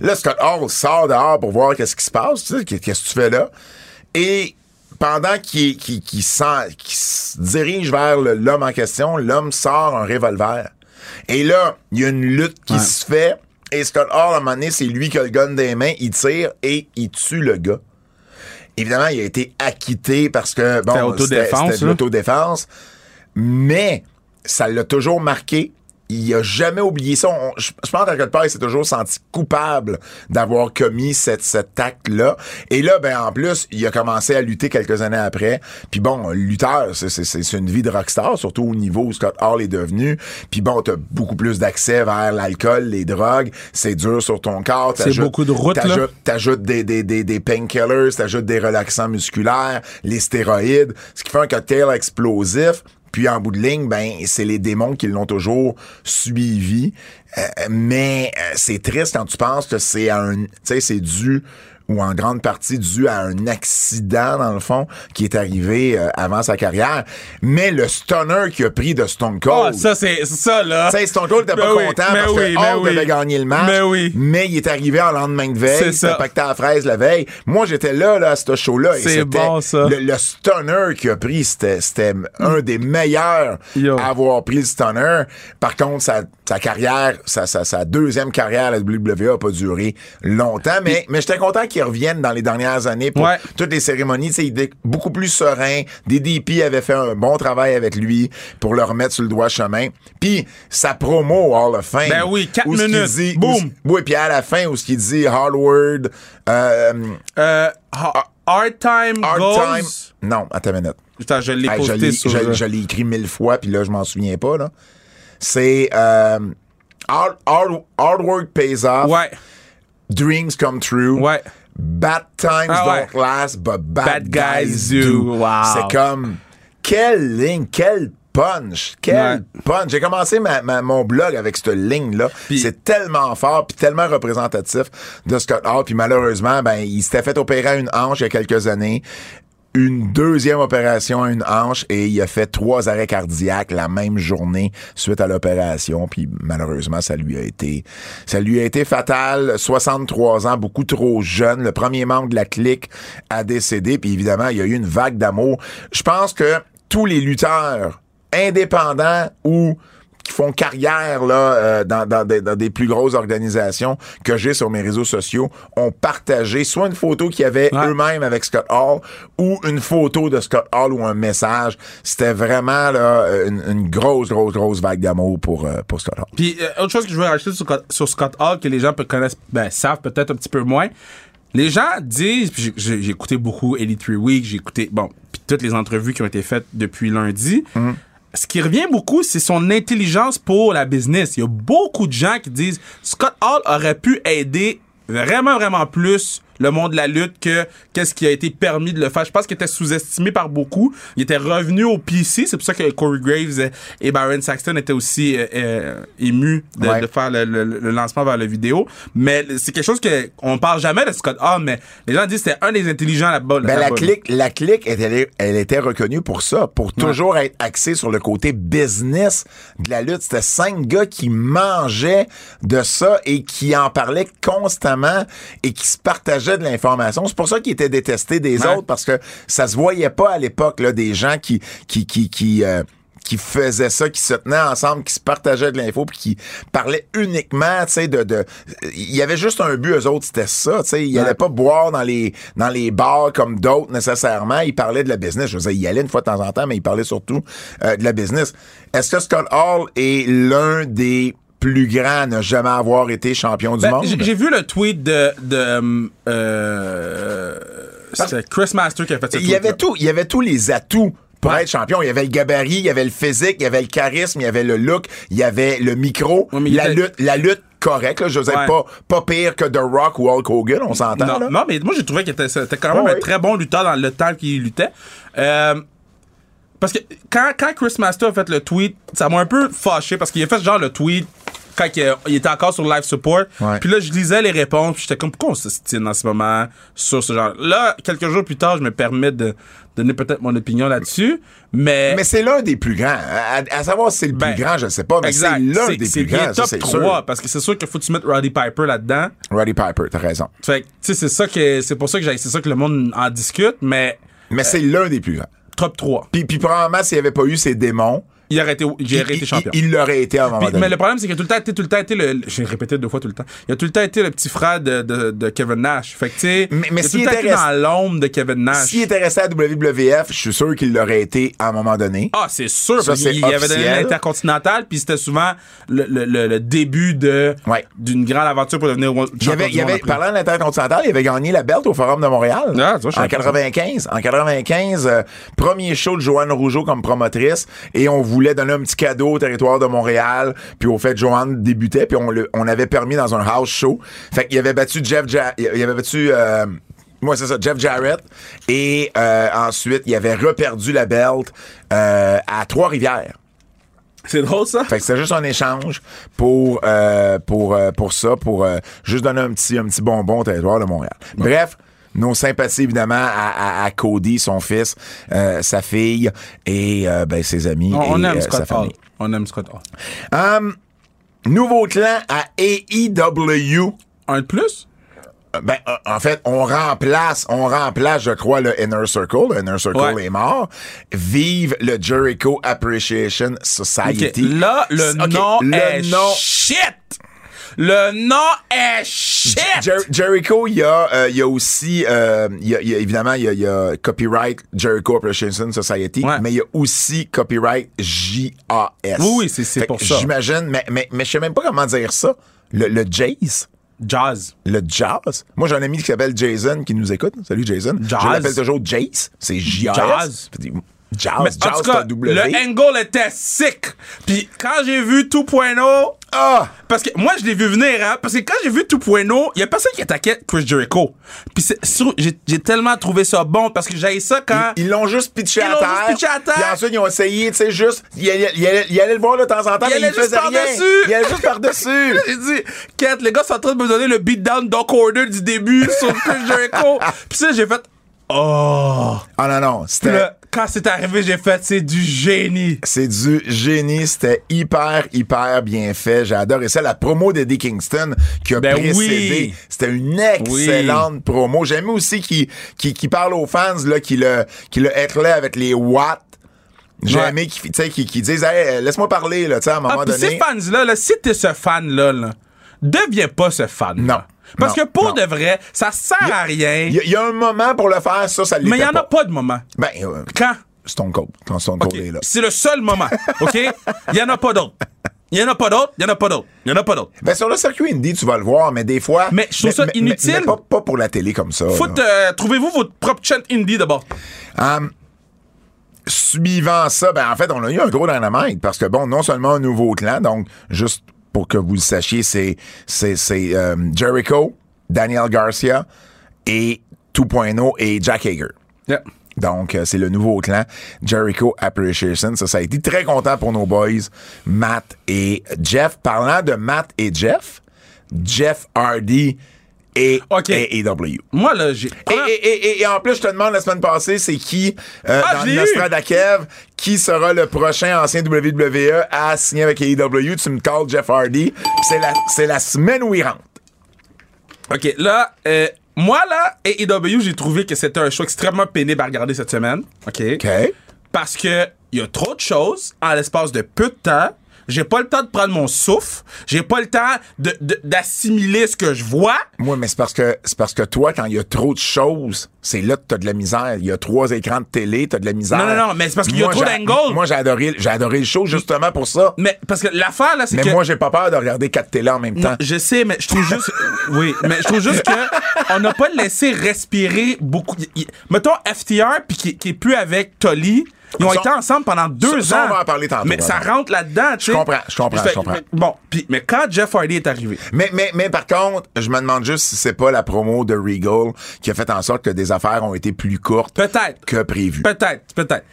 Là, Scott Hall sort dehors pour voir qu'est-ce qui se passe, tu sais, qu'est-ce que tu fais là. Et pendant qu'il qu'il- qu'il sent- qu'il se dirige vers le- l'homme en question, l'homme sort un revolver. Et là, il y a une lutte qui se fait. Et Scott Hall, à un moment donné, c'est lui qui a le gun des mains, il tire et il tue le gars. Évidemment, il a été acquitté parce que, C'était bon, c'était autodéfense, c'était de là. l'autodéfense. Mais ça l'a toujours marqué. Il a jamais oublié ça. On- je, je pense qu'à quelque part, il s'est toujours senti coupable d'avoir commis cette, cet acte-là. Et là, ben, en plus, il a commencé à lutter quelques années après. Puis bon, lutteur, c'est- c'est c'est une vie de rockstar, surtout au niveau où Scott Hall est devenu. Puis bon, t'as beaucoup plus d'accès vers l'alcool, les drogues. C'est dur sur ton corps. C'est T'ajoutes- beaucoup de routes, là. t'ajoutes- t'ajoutes des, des, des, des painkillers, t'ajoutes des relaxants musculaires, les stéroïdes, ce qui fait un cocktail explosif. Puis en bout de ligne, ben c'est les démons qui l'ont toujours suivi. Euh, mais euh, c'est triste quand tu penses que c'est à un, tu sais, c'est dû ou en grande partie dû à un accident dans le fond qui est arrivé euh, avant sa carrière. Mais le stunner qui a pris de Stone Cold, Ah, ça, c'est ça, là. tu sais, Stone Cold était Ben pas oui, content ben parce que oui, ben Hall oui. devait gagner le match. Ben oui. Mais il est arrivé en lendemain de C'est veille. ça. Il pacté à la fraise la veille. Moi, j'étais là, là, à ce show-là. et C'est c'était bon, ça. Le, le stunner qu'il a pris, c'était, c'était un des meilleurs Yo. à avoir pris le stunner. Par contre, sa, sa carrière, sa, sa, sa deuxième carrière à la WWE a pas duré longtemps. Mais, mais j'étais content qu'il revienne dans les dernières années pour Ouais. toutes les cérémonies. Tu sais, il était beaucoup plus serein. DDP avait fait un bon travail avec lui pour le remettre sur le droit chemin. Puis, sa promo Hall of Fame. Ben oui, quatre où ce qu'il minutes. dit- où Boum. ce- oui, puis à la fin, où ce qu'il dit Hallward, euh, Euh, ha- Hard Time Hard Goals. Time. Non, attends une minute. Putain, je l'ai Hey, je posté l'ai- sur... euh, je je l'ai écrit mille fois, puis là, je m'en souviens pas. là. C'est euh, hard, hard- hard work pays off, ouais, dreams come true. ouais. Bad times Ah ouais. don't last, but bad, Bad guys do. Wow. C'est comme, quelle ligne, quelle punch, quelle punch. J'ai commencé ma- ma- mon blog avec cette ligne-là. Puis- C'est tellement fort, puis tellement représentatif de Scott Hall. Puis malheureusement, ben, il s'était fait opérer à une hanche il y a quelques années. Une deuxième opération à une hanche et il a fait trois arrêts cardiaques la même journée suite à l'opération. Puis malheureusement, ça lui a été, ça lui a été fatal. 63 ans, beaucoup trop jeune. Le premier membre de la clique a décédé. Puis évidemment, il y a eu une vague d'amour. Je pense que tous les lutteurs indépendants ou qui font carrière là, euh, dans, dans des, dans des plus grosses organisations que j'ai sur mes réseaux sociaux ont partagé soit une photo qu'ils avaient Ouais. eux-mêmes avec Scott Hall ou une photo de Scott Hall ou un message. C'était vraiment là, une, une grosse, grosse, grosse vague d'amour pour, euh, pour Scott Hall. Puis euh, autre chose que je veux rajouter sur, Scott- sur Scott Hall que les gens peut- connaissent, ben, savent peut-être un petit peu moins. Les gens disent, puis j'ai- j'ai j'ai écouté beaucoup Elite 3 Week, j'ai écouté bon, puis toutes les entrevues qui ont été faites depuis lundi. Mm-hmm. Ce qui revient beaucoup, c'est son intelligence pour la business. Il y a beaucoup de gens qui disent Scott Hall aurait pu aider vraiment, vraiment plus le monde de la lutte que qu'est-ce qui a été permis de le faire. Je pense qu'il était sous-estimé par beaucoup. Il était revenu au PC. C'est pour ça que Corey Graves euh, et Byron Saxton étaient aussi euh, euh, émus de, Ouais. de faire le, le- le lancement vers la vidéo. Mais c'est quelque chose que on parle jamais de Scott Hall, mais les gens disent que c'était un des intelligents là-bas. Ben, la là-bas. clique, la clique était, elle était reconnue pour ça, pour toujours être axée sur le côté business de la lutte. C'était cinq gars qui mangeaient de ça et qui en parlaient constamment et qui se partageaient de l'information. C'est pour ça qu'ils étaient détestés des Ouais. autres parce que ça se voyait pas à l'époque, là, des gens qui, qui, qui, qui, euh, qui faisaient ça, qui se tenaient ensemble, qui se partageaient de l'info, puis qui parlaient uniquement, tu sais, de, de... Il y avait juste un but, eux autres, c'était ça, tu sais. Ils Ouais. allaient pas boire dans les, dans les bars comme d'autres, nécessairement. Ils parlaient de la business. Je veux dire, ils y allaient une fois de temps en temps, mais ils parlaient surtout euh, de la business. Est-ce que Scott Hall est l'un des plus grands à ne jamais avoir été champion du Ben, monde? j'ai- J'ai vu le tweet de, de euh, euh, c'était Chris Master qui a fait ce tweet. Il y avait tout, il y avait tous les atouts pour Ouais. être champion. Il y avait le gabarit, il y avait le physique, il y avait le charisme, il y avait le look, il y avait le micro, Ouais, mais il la était- lutte, la lutte correcte. là. Je veux dire, Ouais. pas, pas pire que The Rock ou Hulk Hogan, on s'entend. là. Non, non, mais moi, j'ai trouvé qu'il était, c'était quand même Ouais, un ouais. très bon lutteur dans le temps qu'il luttait. Euh, parce que quand, quand Chris Master a fait le tweet, ça m'a un peu fâché parce qu'il a fait genre le tweet quand il, a- il était encore sur live support. Ouais. Puis là, je lisais les réponses, puis j'étais comme, pourquoi on s'estime en ce moment sur ce genre? Là, quelques jours plus tard, je me permets de, de donner peut-être mon opinion là-dessus, mais. Mais c'est l'un des plus grands. À, à savoir si c'est le Ben, plus grand, je ne sais pas, mais c'est Exact. l'un C'est- des c'est plus grands, bien ça, top c'est 3, sûr. parce que c'est sûr qu'il faut que tu mettes Roddy Piper là-dedans. Roddy Piper, t'as raison. Fait que, tu sais, c'est ça que, c'est pour ça que j'ai, c'est ça que le monde en discute, mais Mais c'est l'un des plus grands. top 3. Puis, puis probablement, s'il n'y avait pas eu ces démons, Il aurait été, il aurait il, été champion. il- il l'aurait été à un moment Puis- donné. mais le problème, c'est qu'il a tout le temps été, tout le temps été le, le- j'ai répété deux fois tout le temps. Il a tout le temps été le petit frère de, de, de Kevin Nash. Fait que, tu sais, Mais- mais il a tout s'il le temps était été dans resté- l'ombre de Kevin Nash. S'il était resté à WWF, je suis sûr qu'il l'aurait été à un moment donné. Ah, c'est sûr. Ça, parce c'est qu'il avait donné officiel. l'intercontinental, puis c'était souvent le, le, le, le début de Ouais. d'une grande aventure pour devenir world Il y avait, champion il du y monde avait- après. parlant de l'Intercontinental, il avait gagné la belt au Forum de Montréal Ah, tu vois, je en savais pas 95. En 95, euh, premier show de Joanne Rougeau comme promotrice et on voulait donner un petit cadeau au territoire de Montréal. Puis au fait, Joanne débutait puis on, le- on avait permis dans un house show. Fait qu'il avait battu Jeff, Ja- il avait battu euh, moi, c'est ça, Jeff Jarrett. Et euh, ensuite, il avait reperdu la belt euh, à Trois-Rivières. C'est drôle, ça? Fait que c'était juste un échange pour euh, pour euh, pour ça, pour euh, juste donner un petit un petit bonbon au territoire de Montréal. Bref. Nos sympathies, évidemment, à, à- à Cody, son fils, euh, sa fille et euh, ben, ses amis On, on et aime euh, sa Scott Hall. famille. On aime Scott Hall. Hum, nouveau clan à AEW. Un de plus? Euh, Ben, euh, en fait, on remplace, on remplace, je crois, le Inner Circle. Le Inner Circle Ouais. est mort. Vive le Jericho Appreciation Society. Ok, Là, le Ok, nom le est nom- shit! Le nom est shit! Jer- Jericho, il y a, euh, il y a aussi, euh, il y a- il y a- évidemment, il y a, il y a copyright Jericho Appreciation Society, Ouais. mais il y a aussi copyright JAS. Oui, oui, c'est- c'est Fait pour que ça. J'imagine, mais, mais, mais je sais même pas comment dire ça. Le, le jazz. Jazz. Le jazz. Moi, j'ai un ami qui s'appelle Jason qui nous écoute. Salut, Jason. Jazz. Je l'appelle toujours Jace. C'est JAS. Jazz. Jazz. Mais Jazz, en tout c'est cas, un le W. angle était sick. Puis quand j'ai vu 2.0, Ah! parce que moi je l'ai vu venir, hein, parce que quand j'ai vu 2.0, il y a personne qui attaquait Chris Jericho. Puis c'est- sur- j'ai j'ai tellement trouvé ça bon parce que j'ai ça quand. Ils l'ont juste pitché Ils à l'ont terre. juste pitché à terre. Puis ensuite, ils ont essayé, tu sais, juste. Ils allaient, ils allaient- ils allaient le voir de temps en temps, Ils mais allaient ils juste faisaient rien. par-dessus. Ils allaient juste par-dessus. J'ai dit, Kate, les gars sont en train de me donner le beatdown Doc Order du début sur Chris Jericho. Puis ça, j'ai fait, oh. Ah non, non. Puis C'était. là, quand c'est arrivé, j'ai fait, c'est du génie. C'est du génie, c'était hyper, hyper bien fait. J'ai adoré ça. La promo d'Eddie Kingston qui a Ben précédé, oui. c'était une excellente promo. J'aime aussi qu'il qu'il- qu'il parle aux fans, là, qu'il le, qu'il le heckle avec les watts. J'ai Ouais. aimé qu'ils tu sais, qu'ils- qu'ils disent, hey, laisse-moi parler, là, tu sais, à un moment Ah, puis ces donné. fans-là, là, si t'es ce fan-là, là, deviens pas ce fan. Non. Parce Non. que pour Non. de vrai, ça sert à rien. Il y, a- il y a un moment pour le faire, ça, ça l'était mais il y en a pas de moment. Ben, euh, Quand? Stone Cold. Quand Stone Cold est là. C'est le seul moment. OK? Il y en a pas d'autre. Il y en a pas d'autre. Il y en a pas d'autre. Il y en a pas d'autre. Ben, sur le circuit indie, tu vas le voir, mais des fois. Mais je trouve ça inutile. mais pas, pas pour la télé comme ça. Faut, là. euh, trouvez-vous votre propre chant indie d'abord. Hum, suivant ça, ben en fait, on a eu un gros dynamite parce que bon, non seulement un nouveau clan, donc juste pour que vous le sachiez, c'est c'est c'est euh, Jericho, Daniel Garcia et 2.0 et Jack Hager. Donc, euh, c'est le nouveau clan Jericho Appreciation Society. Très content pour nos boys, Matt et Jeff. Parlant de Matt et Jeff, Jeff Hardy et OK. AEW. Moi, là, j'ai. Et, et- et- et- et en plus, je te demande la semaine passée, c'est qui, euh, Ah, dans je l'ai le eu. Nostradakev, qui sera le prochain ancien WWE à signer avec AEW. Tu me calls Jeff Hardy. C'est la, c'est la semaine où il rentre. OK, là, euh, moi, là, AEW, j'ai trouvé que c'était un show extrêmement pénible à regarder cette semaine. OK. OK. Parce que il y a trop de choses en l'espace de peu de temps. J'ai pas le temps de prendre mon souffle. J'ai pas le temps de- de- d'assimiler ce que je vois. Moi, mais c'est parce que c'est parce que toi, quand il y a trop de choses, c'est là que t'as de la misère. Il y a trois écrans de télé, t'as de la misère. Non, non, non, mais c'est parce qu'il y a Moi, trop j'ai- d'angles. Moi, j'ai adoré, j'ai adoré le show justement pour ça. Mais parce que l'affaire, là, c'est Mais que. moi, j'ai pas peur de regarder quatre télés en même Non, temps. je sais, mais je trouve juste. euh, oui, mais je trouve juste que on n'a pas laissé respirer beaucoup. Il- il- mettons FTR puis qui, qui est plus avec Tolly. Ils ont Ça- été ensemble pendant deux ça, ans. on va en parler tantôt, Mais ça vraiment. rentre là-dedans. tu Je sais. comprends, je comprends, Fait- je comprends. Bon, puis mais quand Jeff Hardy est arrivé, Mais, mais, mais par contre, je me demande juste si c'est pas la promo de Regal qui a fait en sorte que des affaires ont été plus courtes peut-être, que prévu. peut-être, peut-être.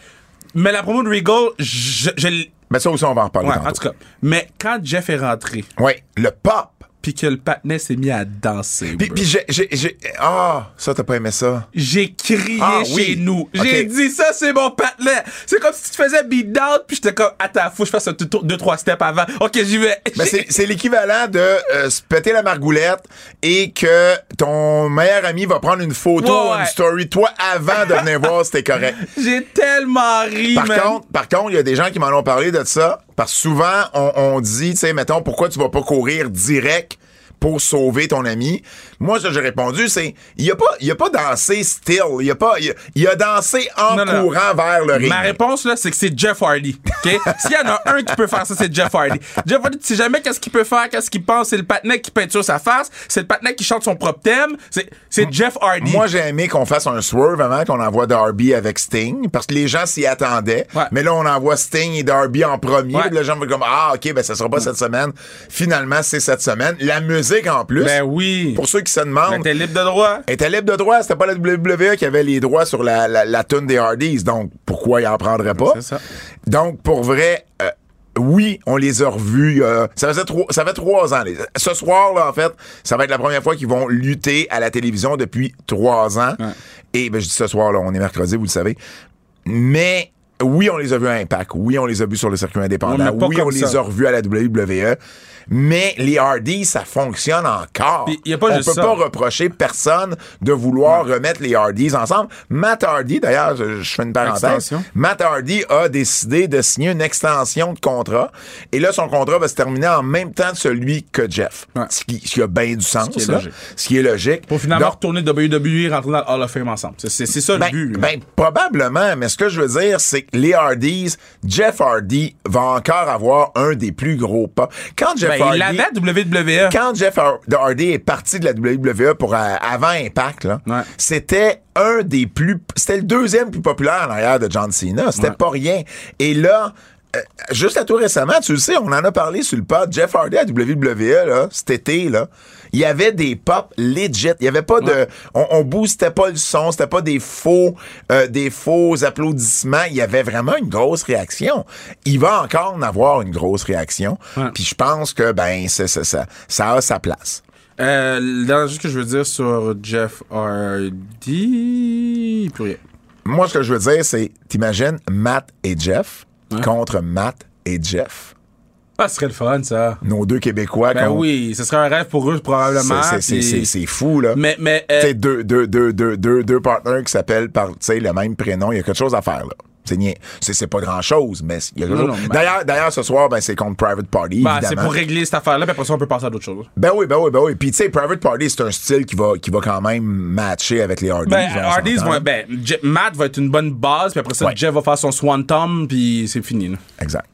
Mais la promo de Regal, je, je l- Mais ça aussi, on va en reparler ouais, tantôt. en tout cas. Mais quand Jeff est rentré, Ouais, le pop. puis que le patinet s'est mis à danser. Puis, bro. puis j'ai- j'ai. j'ai- Ah, ça, t'as pas aimé ça. J'ai crié Ah, chez oui. nous. Ok. J'ai dit ça, c'est mon patinet. C'est comme si tu faisais beat down puis j'étais comme attends, faut que je fasse un tout- tout- deux trois steps avant. OK, j'y vais. Ben, c'est c'est l'équivalent de euh, se péter la margoulette et que ton meilleur ami va prendre une photo Ouais, ou une ouais. story de toi avant de venir voir si t'es correct. J'ai tellement ri, Par man. contre, par contre, il y a des gens qui m'en ont parlé de ça. Parce que souvent, on, on dit, tu sais, mettons, pourquoi tu vas pas courir direct pour sauver ton ami? Moi, ce que j'ai répondu, c'est, il a pas, il a pas dansé still. Il a pas, il a, il a dansé en Non, non. courant vers le ring. Ma réponse, là, c'est que c'est Jeff Hardy. OK? S'il y en a un qui peut faire ça, c'est Jeff Hardy. Jeff Hardy, tu sais jamais qu'est-ce qu'il peut faire, qu'est-ce qu'il pense. C'est le patinet qui peinture sa face. C'est le patinet qui chante son propre thème. C'est, c'est Jeff Hardy. Moi, j'ai aimé qu'on fasse un swerve avant qu'on envoie Darby avec Sting, parce que les gens s'y attendaient. Ouais. Mais là, on envoie Sting et Darby en premier. Ouais. Mm. puis là, Les gens vont comme, ah, OK, ben, ça sera pas cette semaine. Finalement, c'est cette semaine. La musique, en plus. ben oui. Pour ceux qui se demandent, Ben, t'es libre de droit. Elle était libre de droit, c'était pas la WWE qui avait les droits sur la, la, la toune des Hardys, donc pourquoi il en prendrait pas? C'est ça. Donc, pour vrai, euh, oui, on les a revus. euh, ça, faisait trois, ça fait trois ans. les- ce soir, là, en fait, ça va être la première fois qu'ils vont lutter à la télévision depuis trois ans. Et ben, je dis ce soir, là, on est mercredi, vous le savez. Mais oui, on les a vus à Impact. Oui, on les a vus sur le circuit Ouais, indépendant. mais pas oui, comme on ça. les a revus à la WWE. Mais les Hardys, ça fonctionne encore. Puis, y a pas on juste peut ça. pas reprocher personne de vouloir remettre les Hardys ensemble. Matt Hardy, d'ailleurs, je, je fais une parenthèse. Extension. Matt Hardy a décidé de signer une extension de contrat. Et là, son contrat va se terminer en même temps que celui que Jeff. Ouais. Ce, qui, ce qui a bien du sens. qui est là. logique. Ce qui est logique. Pour finalement Donc, retourner de WWE et rentrer dans le Hall of Fame ensemble. C'est, c'est, c'est ça ben, le but. là. ben, probablement, mais ce que je veux dire, c'est que les Hardys, Jeff Hardy va encore avoir un des plus gros pas. Quand Jeff Ben, Hardy il l'avait, WWE. quand Jeff Har- Hardy est parti de la WWE pour euh, avant Impact, là, Ouais. c'était un des plus, c'était le deuxième plus populaire en arrière de John Cena. C'était Ouais. pas rien. Et là. euh, Juste à tout récemment, tu le sais, on en a parlé sur le pod. Jeff Hardy à WWE, là, cet été, là, il y avait des pop legit. Il y avait pas de. On, on boostait pas le son, c'était pas des faux, euh, des faux applaudissements. Il y avait vraiment une grosse réaction. Il va encore en avoir une grosse réaction. Ouais. Puis je pense que ben c'est- c'est- ça, ça a sa place. Euh, le dernier chose que je veux dire sur Jeff Hardy. Plus rien. Moi, ce que je veux dire, c'est t'imagines Matt et Jeff contre Matt et Jeff. Ah, ce serait le fun, ça. Nos deux Québécois Ben contre- oui, ce serait un rêve pour eux, c'est- probablement. c'est- C'est puis- c'est- c'est fou, là. Mais, mais, Tu euh, sais, deux, deux, deux, deux, deux, deux partenaires qui s'appellent par tu sais, le même prénom, il y a quelque chose à faire, là. C'est niais. C'est- c'est pas grand-chose, mais il y a quelque Non, chose- non, mais- D'ailleurs, d'ailleurs, ce soir, ben, c'est contre Private Party, bah, c'est évidemment. pour régler cette affaire-là, puis après ça, on peut passer à d'autres choses. Ben oui, ben oui, ben oui. Puis, tu sais, Private Party, c'est un style qui va, qui va quand même matcher avec les Hardys. Ben, on Hardy's, s'entend. ouais, ben, Je- Matt va être une bonne base, puis après ça, Ouais. Jeff va faire son swan tom, puis c'est fini. là. Exact.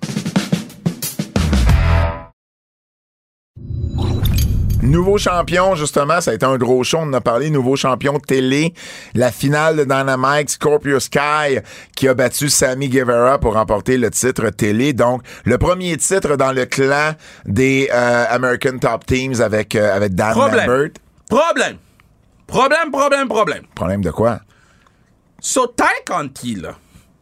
Nouveau champion, justement, ça a été un gros show, on en a parlé. Nouveau champion télé, la finale de Dynamite, Scorpio Sky, qui a battu Sammy Guevara pour remporter le titre télé. Donc, le premier titre dans le clan des euh, American Top Teams avec, euh, avec Dan Problème. Lambert. Problème! Problème, problème, problème. Problème de quoi? So, Ty Conti, là,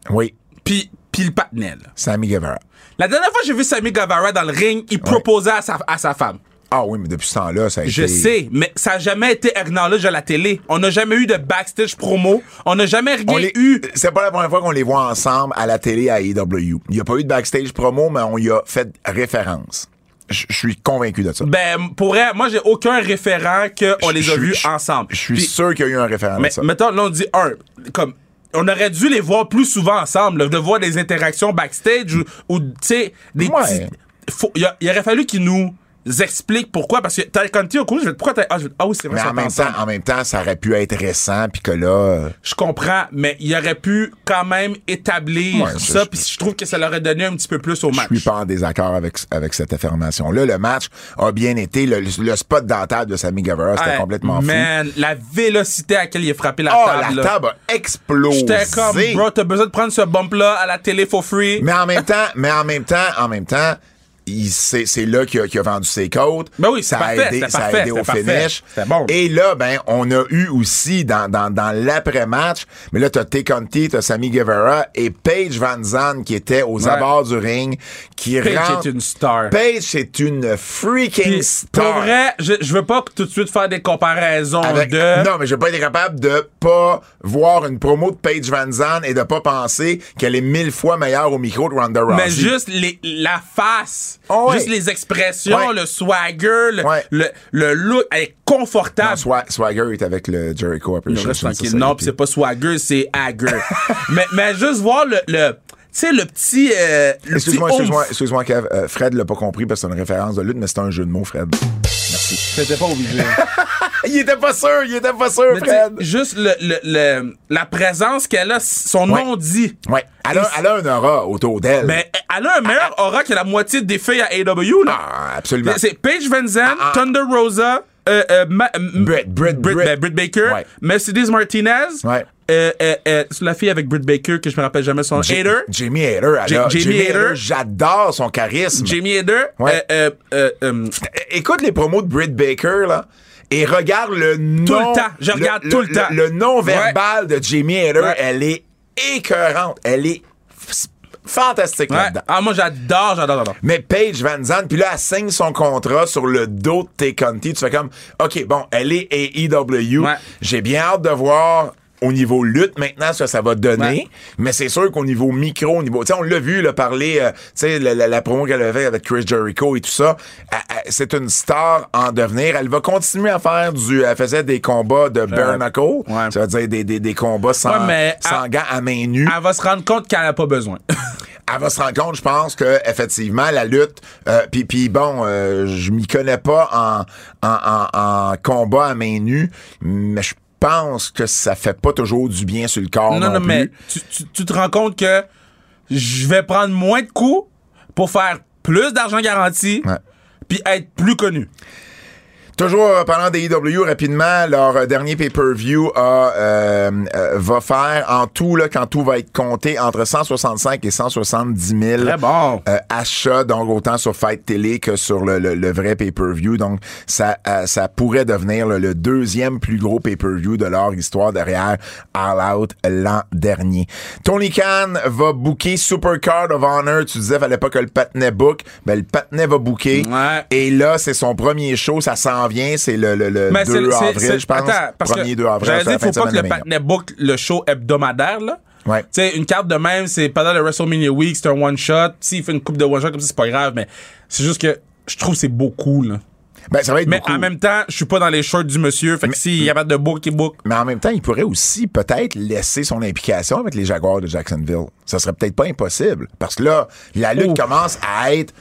Oui, puis puis le Patnel. Sammy Guevara. La dernière fois que j'ai vu Sammy Guevara dans le ring, il proposait à sa, à sa femme. Ah oui, mais depuis ce temps-là, ça a Je été... sais, mais ça n'a jamais été acknowledge à la télé. On n'a jamais eu de backstage promo. On n'a jamais rien On les- eu. C'est pas la première fois qu'on les voit ensemble à la télé à AEW. Il n'y a pas eu de backstage promo, mais on y a fait référence. Je je suis convaincu de ça. Ben, pour elle, moi, j'ai aucun référent qu'on les a Je- vus je- ensemble. Je suis Puis- sûr qu'il y a eu un référent de Mais ça. mettons, là, on dit un. Comme, on aurait dû les voir plus souvent ensemble, là, de voir des interactions backstage ou, ou, tu sais, des Ouais. petits. faut- Il y a- il aurait fallu qu'ils nous expliquent pourquoi. Parce que Ty Conti, au coup, je vais pourquoi Ty- Ah, je vais- ah oui, c'est vrai, Mais ils sont en même, ensemble. temps, en même temps, ça aurait pu être récent, puis que là... euh, Je comprends, mais il aurait pu quand même établir Ouais, je- ça, puis je trouve que ça leur aurait donné un petit peu plus au match. Je suis pas en désaccord avec, avec cette affirmation-là. Le match a bien été. Le, le spot dentable de Sammy Guevara, c'était Ouais, complètement fou. Man, la vélocité à laquelle il est frappé la Oh, table. la là. table a explosé. J'étais comme, bro, t'as besoin de prendre ce bump-là à la télé for free. Mais en même temps, mais en même temps, en même temps, il- c'est c'est là qu'il a, qu'il a vendu ses côtes. Ben oui, ça a parfait, aidé, c'était ça a parfait, aidé au c'était parfait. finish. C'était bon. Et là, ben, on a eu aussi dans, dans, dans l'après-match, mais là, t'as T. Conti, t'as Sammy Guevara et Paige Van Zandt qui était aux Ouais. abords du ring, qui Paige rentre- est une star. Paige c'est une freaking Puis, star. Pour vrai, je, je veux pas que tout de suite faire des comparaisons Avec- de. Non, mais j'ai pas été capable de pas voir une promo de Paige Van Zandt et de pas penser qu'elle est mille fois meilleure au micro de Ronda Rousey. Mais juste les, la face, Ah ouais. juste les expressions, Ouais. le swagger, le, Ouais. le, le look, elle est confortable. Non, Ah, Swa- Swagger est avec le Jericho Je Appreciation reste tranquille. Society. Non, pis c'est pas swagger, c'est agger. mais, mais juste voir le, le tu sais, le petit, euh, le petit Excuse-moi, oomph. excuse-moi, excuse-moi, Kev. Euh, Fred l'a pas compris parce que c'est une référence de lutte, mais c'est un jeu de mots, Fred. Merci. C'était pas obligé. il était pas sûr, il était pas sûr, Mais tu sais, Fred. juste le, le, le- la présence qu'elle a, son Ouais. nom dit. Ouais. Elle a, elle a un aura autour d'elle. Mais elle a un meilleur aura que la moitié des filles à AW, là. Ah, absolument. C'est Paige Van Zandt, Ah, ah. Thunder Rosa, euh, euh, Ma- m- Britt, Britt, Britt, Britt. ben, Britt Baker, Ouais. Mercedes Martinez, Ouais. euh, euh, euh, la fille avec Britt Baker que je me rappelle jamais son nom, Ja- Hater, Jamie Hader. elle Ja- a- Jamie Jamie Hader. Hader, j'adore son charisme. Jamie Hader, Ouais. euh, euh, euh, euh, É- Écoute les promos de Britt Baker, là. Et regarde le nom. le temps. Je regarde tout le temps. Le, nom verbal de Jamie Hader, Ouais. elle est écœurante. Elle est f- fantastique ouais. là-dedans. ah moi j'adore, j'adore, j'adore. Mais Paige Van Zandt, puis là, elle signe son contrat sur le dos de Tay Conti. Tu fais comme, OK, bon, elle est AEW. Ouais. E J'ai bien hâte de voir au niveau lutte maintenant ce que ça va donner. Ouais. Mais c'est sûr qu'au niveau micro, au niveau... Tu sais, on l'a vu là, parler, euh, tu sais, la, la- la promo qu'elle avait avec Chris Jericho et tout ça. Elle- elle- C'est une star en devenir. Elle va continuer à faire du... Elle faisait des combats de bare knuckle. Ouais. Ça veut dire des, des, des combats sans, Ouais, mais sans elle- gants à main nue Elle va se rendre compte qu'elle a pas besoin. elle va se rendre compte, je pense, que effectivement la lutte, euh, puis puis bon, euh, je m'y connais pas en, en, en, en combat à main nue, mais je pense que ça fait pas toujours du bien sur le corps non, non, non, plus. mais tu, tu- tu te rends compte que je vais prendre moins de coups pour faire plus d'argent garanti, Ouais. puis être plus connu. Toujours euh, parlant des IW rapidement, leur euh, dernier pay-per-view a, euh, euh, va faire en tout, là, quand tout va être compté, entre 165 et 170 000 Très bon. euh, achats, donc autant sur Fight Télé que sur le, le- le vrai pay-per-view. Donc, ça, euh, ça pourrait devenir là, le deuxième plus gros pay-per-view de leur histoire derrière All Out l'an dernier. Tony Khan va booker Supercard of Honor. Tu disais, fallait pas que le patinet book. Ben, le patinet va booker. Ouais. Et là, c'est son premier show, ça s'en vient, c'est le, le, le Mais 2 c'est- avril, c'est- je pense. attends, parce Premier que 2 avril, J'allais c'est la dire, fin faut de pas que semaine de le Mania. partner book le show hebdomadaire, là. Ouais. Tu sais, une carte de même, c'est pendant le WrestleMania Week, c'est un one-shot. S'il fait une coupe de one-shot comme ça, c'est pas grave, mais c'est juste que je trouve que c'est beaucoup, là. Ben, ça va être Mais beaucoup. en même temps, je suis pas dans les shorts du monsieur, fait que s'il y a pas de book, il book. Mais en même temps, il pourrait aussi peut-être laisser son implication avec les Jaguars de Jacksonville. Ça serait peut-être pas impossible. Parce que là, la lutte Ouf. commence à être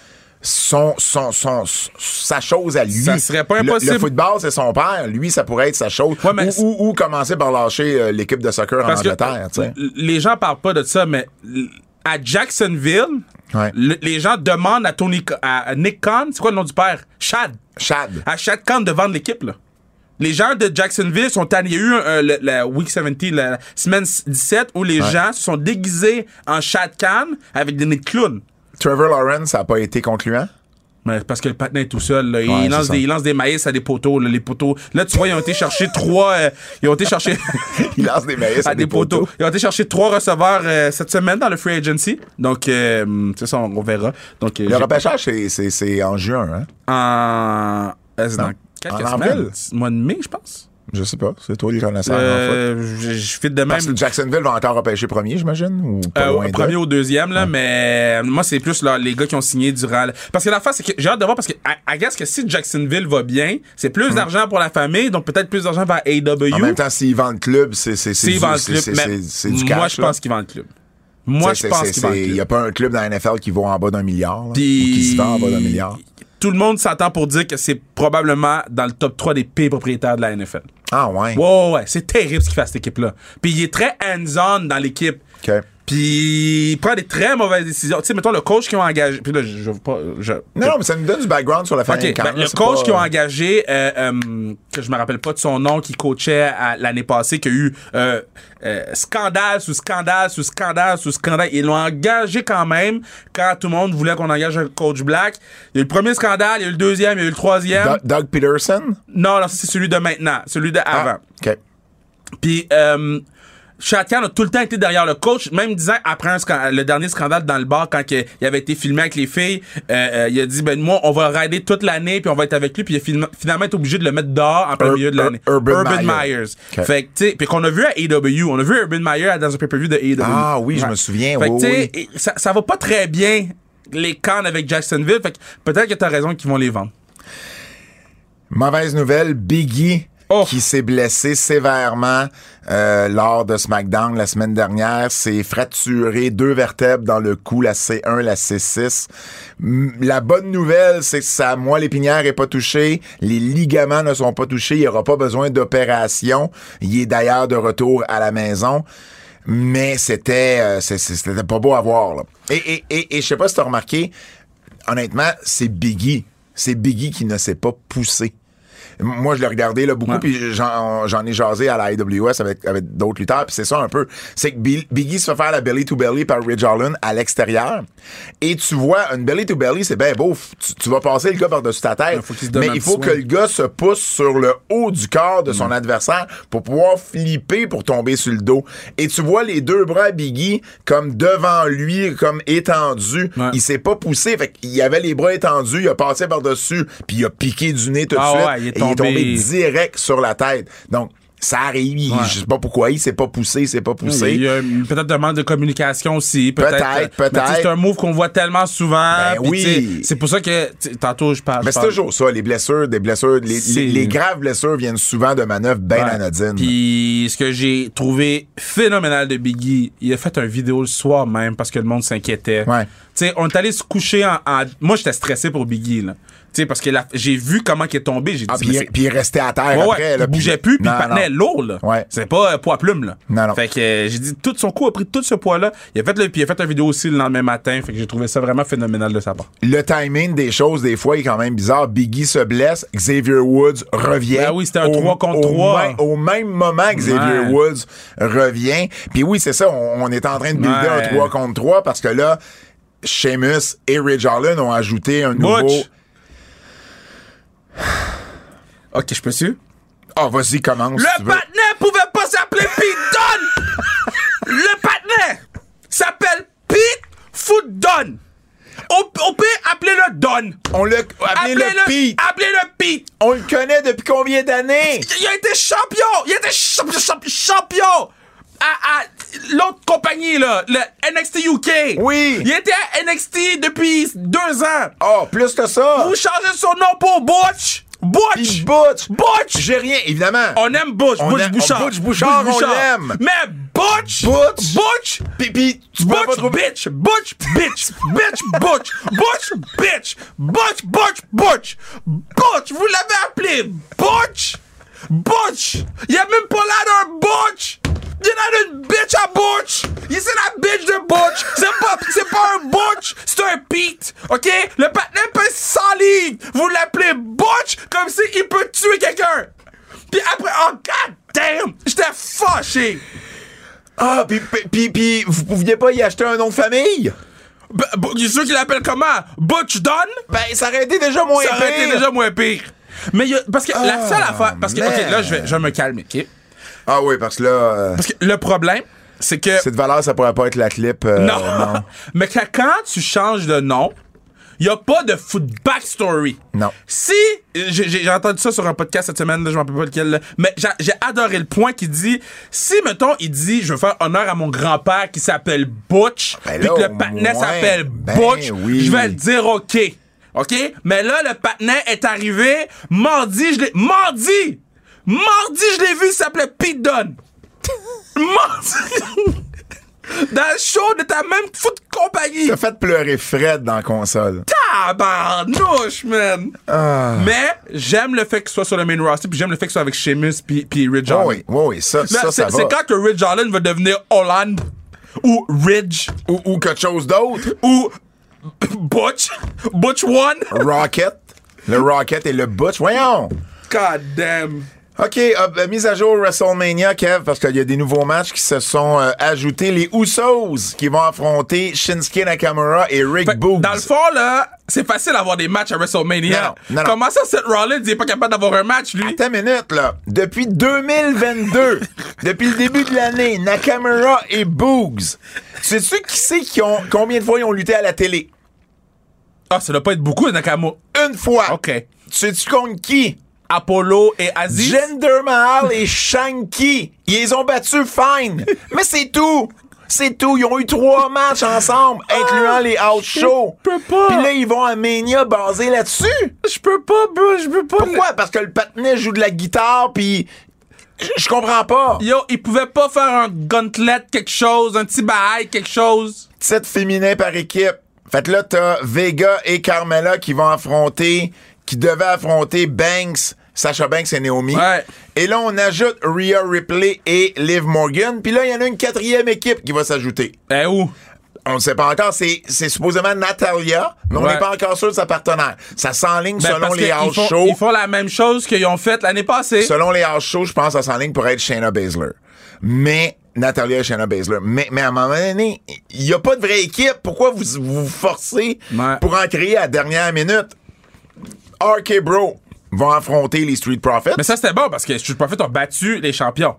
son, son, son, son- sa chose à lui. Ça serait pas Le- Le, impossible. football, c'est son père. Lui, ça pourrait être sa chose. Ouais, mais ou, ou- ou commencer par lâcher euh, l'équipe de soccer en Parce Angleterre. que tu sais. l- les gens parlent pas de ça, mais l- à Jacksonville, Ouais. le- les gens demandent à Tony, à à Nick Khan, c'est quoi le nom du père? Chad. Chad. à chaque camp de vendre l'équipe, là. Les gens de Jacksonville sont allés. Il y a eu euh, le- la Week 70, la semaine 17, où les gens se sont déguisés en Shad Khan avec des nez de clown. Trevor Lawrence, ça n'a pas été concluant. Mais parce que le patin est tout seul, là. Ouais, il, lance c'est ça. des, il lance des maïs à des poteaux, là, les poteaux. Là, tu vois, ils ont été chercher trois. euh, ils ont été chercher. Il lance des maïs à, à des poteaux. Ils ont été chercher trois receveurs euh, cette semaine dans le free agency. Donc, euh, c'est ça, on, on verra. Donc, euh, Le j'ai- repêchage, c'est- c'est c'est en juin, hein? en. euh, c'est dans Non. quelques En semaines. avril. Mois de mai, je pense. Je sais pas. C'est toi les connaisseurs. en fait. Euh, je, je fit de même. Parce que Jacksonville va encore repêcher premier, j'imagine? Ou pas Euh, loin au premier d'eux? au deuxième, là, mais euh, moi, c'est plus là, les gars qui ont signé durant. le- Parce que la face, c'est que j'ai hâte de voir, parce que, I, I guess que si Jacksonville va bien, c'est plus d'argent pour la famille, donc peut-être plus d'argent vers AW. Mm. En même temps, s'ils vendent le club, c'est c'est- c'est s'ils du, vendent le c'est- club, c'est- mais c'est- c'est du cash. moi, je là. pense qu'ils vendent le club. Moi, C'est- je c'est- pense c'est- qu'ils vendent c'est- le Il n'y club. a pas un club dans la NFL qui vaut en bas d'un milliard. là, ou Puis- qui se vend en bas d'un milliard. Tout le monde s'entend pour dire que c'est probablement dans le top 3 des pires propriétaires de la NFL. Ah ouais. Ouais, ouais, ouais, c'est terrible ce qu'il fait à cette équipe-là. Puis il est très hands-on dans l'équipe. OK. Puis il prend des très mauvaises décisions. Tu sais, mettons le coach qu'ils ont engagé. Puis là, je, je veux pas. je- Non, non, mais ça nous donne du background sur la famille OK, ben, le coach qui ont engagé, euh, euh, que je me rappelle pas de son nom, qui coachait à- l'année passée, qui a eu euh, euh, scandale sous scandale sous scandale sous scandale. Ils l'ont engagé quand même quand tout le monde voulait qu'on engage un coach black. Il y a eu le premier scandale, il y a eu le deuxième, il y a eu le troisième. Doug, Doug Peterson? Non, non, ça, c'est celui de maintenant, celui de Ah. avant. OK. Puis euh, Chatian a tout le temps été derrière le coach, même disant après un scan- le dernier scandale dans le bar quand que il avait été filmé avec les filles, euh, euh, il a dit ben moi on va rider toute l'année puis on va être avec lui puis il a fin- finalement été obligé de le mettre dehors en plein Ur- milieu de l'année. Ur- Urban Meyer. Myers. Ok. Fait que tu sais puis qu'on a vu à AEW, on a vu Urban Meyer dans un pay-per-view de AEW. Ah oui, je me souviens, Fait que, oui, tu sais, oui. et ça, ça va pas très bien les Cannes avec Jacksonville, fait que peut-être que t'as raison qu'ils vont les vendre. Mauvaise nouvelle, Biggie Oh. qui s'est blessé sévèrement euh, lors de SmackDown la semaine dernière, s'est fracturé deux vertèbres dans le cou, la C1, la C6. M- La bonne nouvelle, c'est que sa moelle épinière est pas touchée, les ligaments ne sont pas touchés, il n'y aura pas besoin d'opération. Il est d'ailleurs de retour à la maison. Mais c'était euh, c'est- c'est- c'était pas beau à voir. là. Et, et, et, et je sais pas si t'as remarqué, honnêtement, c'est Biggie. C'est Biggie qui ne s'est pas poussé. M- Moi, je l'ai regardé là, beaucoup, Ouais. puis j'en j'en ai jasé à la AWS avec, avec d'autres lutteurs, puis c'est ça un peu. C'est que Bill- Biggie se fait faire la belly-to-belly par Ridge Holland à l'extérieur, et tu vois, une belly-to-belly, c'est bien beau, f- tu, tu vas passer le gars par-dessus ta tête, Il faut qu'il se donne mais un il petit faut que swing. le gars se pousse sur le haut du corps de son Hmm. adversaire pour pouvoir flipper pour tomber sur le dos. Et tu vois les deux bras à Biggie comme devant lui, comme étendus. Ouais. Il s'est pas poussé. Fait qu'il avait les bras étendus, il a passé par-dessus, puis il a piqué du nez tout de Ah suite. ouais, il est et il est tombé tombé direct sur la tête. Donc, ça arrive. Il- Ouais. Je sais pas pourquoi. Il s'est pas poussé, il s'est pas poussé. Il y a une- peut-être un manque de communication aussi. Peut-être, euh, Peut-être, Mais tu sais, peut-être. C'est un move qu'on voit tellement souvent. Ben puis oui. tu sais, C'est pour ça que tu- tantôt je parle. Mais je c'est parle- toujours ça, les blessures, des blessures, les, C'est- les- les graves blessures viennent souvent de manœuvres bien Ouais. anodines. Puis ce que j'ai trouvé phénoménal de Biggie, il a fait un vidéo le soir même parce que le monde s'inquiétait. Ouais. Tu sais, on est allé se coucher en. en- Moi, j'étais stressé pour Biggie, là. Tu sais, parce que la- j'ai vu comment il est tombé. J'ai Ah, dit, puis mais il- c'est- puis il restait à terre Ouais, ouais, après. là, il puis- bougeait plus, puis Non, il patinait non. lourd, là. Ouais. C'est pas euh, poids plume, là. Non, non. Fait que euh, j'ai dit, tout son coup a pris tout ce poids-là. Il a fait le, puis il a fait une vidéo aussi le lendemain matin. Fait que j'ai trouvé ça vraiment phénoménal de sa part. le timing des choses, des fois, est quand même bizarre. Biggie se blesse, Xavier Woods revient. Ben oui, c'était un Au- trois contre au trois. même- Au, même moment, Xavier Ouais. Woods revient. Puis oui, c'est ça, on, on est en train de builder Ouais. un 3 contre 3 parce que là, Sheamus et Ridge Harlan ont ajouté un nouveau... Butch. Ok, je peux suivre? Ah, vas-y, commence. si tu Le veux. patinet pouvait pas s'appeler Pete Dunne! Le patinet s'appelle Pete Foot Dunne! On, on peut appeler le Dunne! On l'a appelé le Pete. Appelez-le Pete! On le connaît depuis combien d'années? Il a été champion! Il a été champion! champion, champion à, à l'autre compagnie, là, le NXT UK! Oui. Il était à NXT depuis deux ans! Ah, plus que ça! Vous changez son nom pour Butch! Puis Butch! Butch! Butch! J'ai rien, évidemment. On aime Butch, On Butch aime- Bouchard. on- Butch Bouchard, on l'aime. Mais Butch! Butch. Butch! Puis, puis, tu peux pas Butch, trouver... bitch, butch, bitch, bitch, butch, butch, bitch, butch, butch, butch, butch, vous l'avez appelé butch, butch, il a même pas l'air d'un butch, il a l'air d'une bitch à butch, Il- c'est la bitch de butch, c'est pas, c'est pas un butch, c'est un pete, ok? Le patin peut s'enligne, vous l'appelez butch comme si il peut tuer quelqu'un. Puis après, oh god damn, j'étais fâché. Ah, puis, puis, puis, puis, vous pouviez pas y acheter un nom de famille? Ben, ben, ceux qui l'appellent comment? Butch Dunn? Ben, ça aurait été déjà moins ça aurait été pire. déjà moins pire. Mais il y a- parce que la Ah, seule affaire, parce que, man. ok, là, je vais, je vais me calmer, ok? Ah oui, parce que là, euh, Parce que le problème, c'est que. cette valeur, ça pourrait pas être la clip. euh, Non. Mais que quand tu changes de nom, il n'y a pas de foot backstory. Non. Si, j'ai j'ai entendu ça sur un podcast cette semaine, là, je ne me rappelle pas lequel, là, mais j'a- j'ai adoré le point qui dit, si, mettons, il dit, je veux faire honneur à mon grand-père qui s'appelle Butch, Ben puis là, que au le patinet moins, s'appelle ben Butch, oui. je vais le dire OK. OK? Mais là, le patinet est arrivé, mardi, je l'ai... Mardi! Mardi, je l'ai vu, il s'appelait Pete Dunne. Mardi! Dans le show de ta même foot compagnie. T'as fait pleurer Fred dans la console. Tabarnouche, man! Ah. Mais j'aime le fait qu'il soit sur le main roster, puis j'aime le fait qu'il soit avec Sheamus puis, puis Ridge Oh Oui, Holland. oui, oui, ça, Mais ça, ça Ben, c'est va. c'est quand que Ridge Holland va devenir Holland. ou Ridge Ou, ou quelque chose d'autre. ou Butch. Butch One. Rocket. Le Rocket et le Butch. Voyons. God damn. OK, euh, euh, mise à jour WrestleMania, Kev, parce qu'il y a des nouveaux matchs qui se sont euh, ajoutés. Les Usos qui vont affronter Shinsuke Nakamura et Rick Fait que, Boogs. Dans le fond, là, c'est facile d'avoir des matchs à WrestleMania. Non, non, non. Comment ça, Seth Rollins, il est pas capable d'avoir un match, lui? Attends une minute, là. Depuis 2022, depuis le début de l'année, Nakamura et Boogs. Sais-tu qui c'est qui ont, combien de fois ils ont lutté à la télé? Ah, ça doit pas être beaucoup, Nakamura. Une fois. OK. Sais-tu contre qui? Apollo et Aziz. Jinder Mahal et Shanky. Ils les ont battus fine. Mais c'est tout. C'est tout. Ils ont eu trois matchs ensemble, incluant les house shows. Ah, peux pas. Puis là, ils vont à Mania basé là-dessus. Je peux pas, bro, je peux pas. Pourquoi? Parce que le patinet joue de la guitare, puis... je- Je comprends pas. Yo, il pouvait pas faire un gauntlet, quelque chose, un petit bail, quelque chose. titre féminin par équipe. Fait que là, t'as Vega et Carmella qui vont affronter, qui devaient affronter Banks, Sasha Banks et Naomi. Ouais. Et là, on ajoute Rhea Ripley et Liv Morgan. Puis là, il y en a une quatrième équipe qui va s'ajouter. Ben où? On ne sait pas encore, c'est c'est supposément Natalia, mais on Ouais. n'est pas encore sûr de sa partenaire. Ça s'enligne Ben, selon parce les qu'ils house font, shows. Ils font la même chose qu'ils ont fait l'année passée. Selon les house shows, je pense à son ligne pour être Shayna Baszler. Mais Natalia et Shayna Baszler. Mais, mais à un moment donné, il n'y a pas de vraie équipe. Pourquoi vous vous vous forcez Ouais. pour en créer à la dernière minute? RK Bro vont affronter les Street Profits. Mais ça, c'était bon parce que les Street Profits ont battu les champions.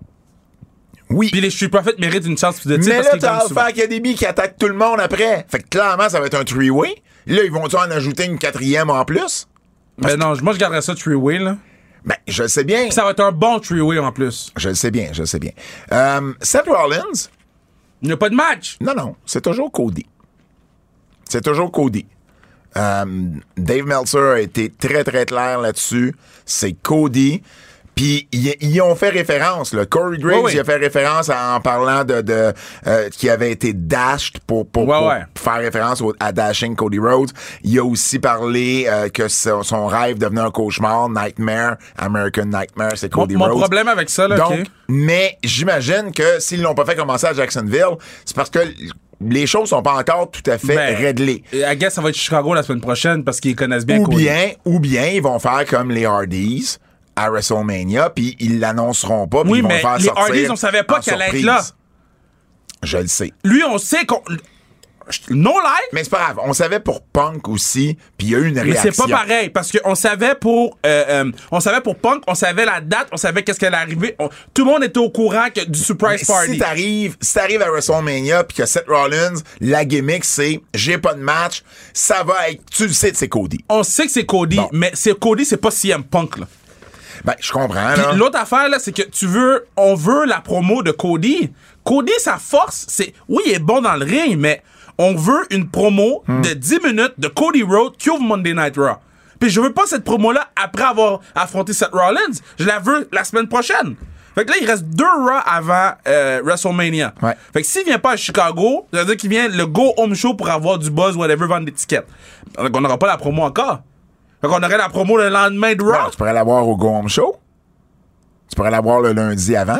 oui. Puis les Street Profits méritent une chance de titre Mais parce là, qu'ils t'as gagnent Alpha souvent. Academy qui attaque tout le monde après. Fait que clairement, ça va être un three-way. Là, ils vont-tu en ajouter une quatrième en plus? Ben non, moi, je garderais ça three-way, là. Ben, je le sais bien. Puis ça va être un bon three-way en plus. Je le sais bien, je le sais bien. Euh, Seth Rollins, Il n'y a pas de match. Non, non, c'est toujours Cody. C'est toujours Cody. Euh, Dave Meltzer a été très, très clair là-dessus. C'est Cody. Puis, ils ils ont fait référence. Là. Corey Graves, Ouais, ouais. il a fait référence à- en parlant de, de euh, qui avait été dashed pour, pour, Ouais, pour ouais. faire référence au- à dashing Cody Rhodes. Il a aussi parlé euh, que son, son rêve devenait un cauchemar, Nightmare, American Nightmare, c'est Mon, Cody mon Rhodes. problème avec ça, là, Donc, ok. mais j'imagine que s'ils l'ont pas fait commencer à Jacksonville, c'est parce que l- les choses sont pas encore tout à fait Ben, réglées. I guess ça va être Chicago la semaine prochaine parce qu'ils connaissent bien Ou Cody. bien, ou bien ils vont faire comme les Hardys à WrestleMania, puis ils l'annonceront pas, puis Oui, ils vont mais le faire les sortir. Hardys, on savait pas en qu'elle allait être surprise. là. Je le sais. Lui, on sait qu'on. Non live, Mais c'est pas grave. On savait pour Punk aussi, puis il y a eu une mais réaction. c'est pas pareil parce qu'on savait pour euh, euh, on savait pour Punk, on savait la date, on savait qu'est-ce qu'elle arrivait. On- tout le monde était au courant que, du surprise Si party. t'arrives, si t'arrives à WrestleMania puis que Seth Rollins, la gimmick c'est j'ai pas de match, ça va être, tu le sais, que c'est Cody. on sait que c'est Cody, Bon. mais c'est Cody, c'est pas CM Punk là. Ben, je comprends, Puis là. l'autre affaire là, c'est que tu veux on veut la promo de Cody. Cody sa force, c'est oui, il est bon dans le ring, mais on veut une promo Hmm. de 10 minutes de Cody Rhodes qui ouvre Monday Night Raw. Puis je veux pas cette promo là après avoir affronté Seth Rollins, je la veux la semaine prochaine. Fait que là, il reste deux Raw avant euh, WrestleMania. Ouais. Fait que s'il vient pas à Chicago, ça veut dire qu'il vient le Go Home Show pour avoir du buzz, whatever, vendre des tickets. Fait qu'on n'aura pas la promo encore. Fait qu'on aurait la promo le lendemain de Raw. Non, tu pourrais l'avoir au Go Home Show. Tu pourrais l'avoir le lundi avant.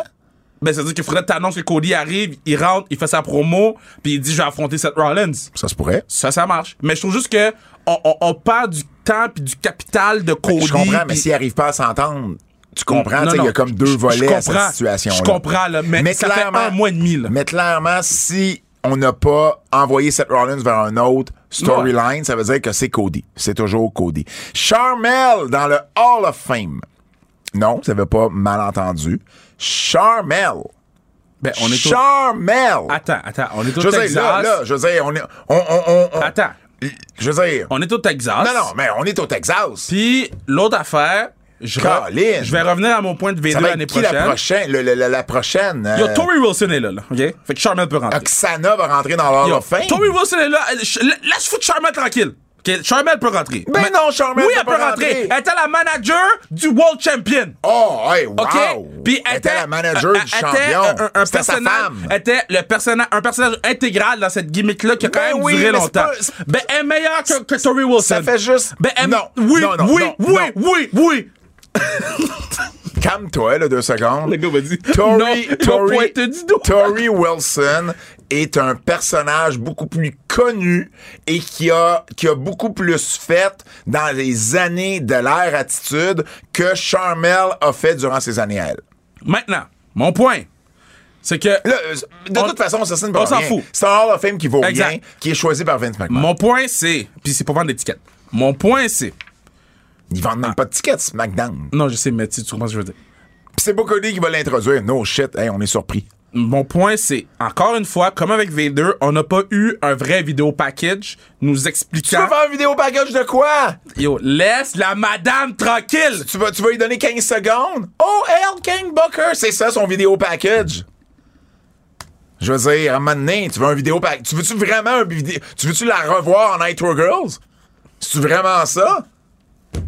Ben, c'est-à-dire qu'il faudrait que t'annonces que Cody arrive, il rentre, il fait sa promo, puis il dit, je vais affronter Seth Rollins. Ça se pourrait. Ça, ça marche. Mais je trouve juste que on, on, on perd du temps puis du capital de Cody. Ben, je comprends, mais puis- s'il arrive pas à s'entendre, tu comprends, Non, tu sais, il y non, a comme je- deux je volets à comprends. cette situation Je comprends, là, mais ça fait un mois et demi, là. Mais clairement, si on n'a pas envoyé Seth Rollins vers un autre storyline, ça veut dire que c'est Cody. C'est toujours Cody. Charmel dans le Hall of Fame. Non, ça veut pas malentendu. Charmel. Ben, on est au... Charmel. Attends, attends, on est au Je veux Texas. dire, là, là, je veux dire, on est, on, on, on, on- Attends, je veux dire, on est au Texas. non, non, mais on est au Texas. Puis l'autre affaire, je, re- Colin. je vais revenir à mon point de V2 Ça va l'année être qui prochaine. la prochaine, le- le- la, la prochaine? Yo, euh, Tory Wilson est là, là, OK? Fait que Charmel peut rentrer. Oksana va rentrer dans l'Hall Yo, of Fame. Tory Wilson est là. Elle- ch- la- Laisse foutre Charmel tranquille. OK, Charmel peut rentrer. Ben non, Charmel Oui, peut elle peut pas rentrer. rentrer. Elle était la manager du World Champion. Oh, hey, wow. OK? Puis elle euh, était, la manager elle- du elle champion. Était un, un C'était sa personnage, femme. elle était le personnage, un personnage intégral dans cette gimmick-là qui a quand Ben même oui, duré mais c'est longtemps. pas- c'est- ben, elle est meilleure que, que Tory Wilson. Ça fait juste- Ben, elle- Non, Oui, non, non, oui, non, oui, oui, oui. Calme-toi, là, deux secondes. Le gars m'a dit, Tory, non, il m'a Tory- pointé du doigt. Tory Wilson est un personnage beaucoup plus connu et qui a, qui a beaucoup plus fait dans les années de l'ère attitude que Charmel a fait durant ses années à elle. Maintenant, mon point, c'est que Là, euh, de On- toute façon, ça, c'est une on s'en fout. C'est un Hall of Fame qui vaut Exact. rien, qui est choisi par Vince McMahon. mon point c'est, puis c'est pour vendre l'étiquette. Mon point c'est, Ils vendent Ah. même pas de tickets, SmackDown. non je sais mais tu, tu comprends ce que je veux dire. Puis c'est Cody qui va l'introduire. No shit, hey, on est surpris. Mon point, c'est, encore une fois, comme avec V2, on n'a pas eu un vrai vidéo package nous Tu veux expliquant. faire un vidéo package de quoi? Yo, laisse la madame tranquille! Tu vas, tu vas lui donner 15 secondes? Oh, L. King Booker! C'est ça son vidéo package! Je veux dire, à un moment donné, tu veux un vidéo package. Tu veux-tu vraiment un vidéo. Tu veux-tu la revoir en Nitro Girls? C'est-tu vraiment ça?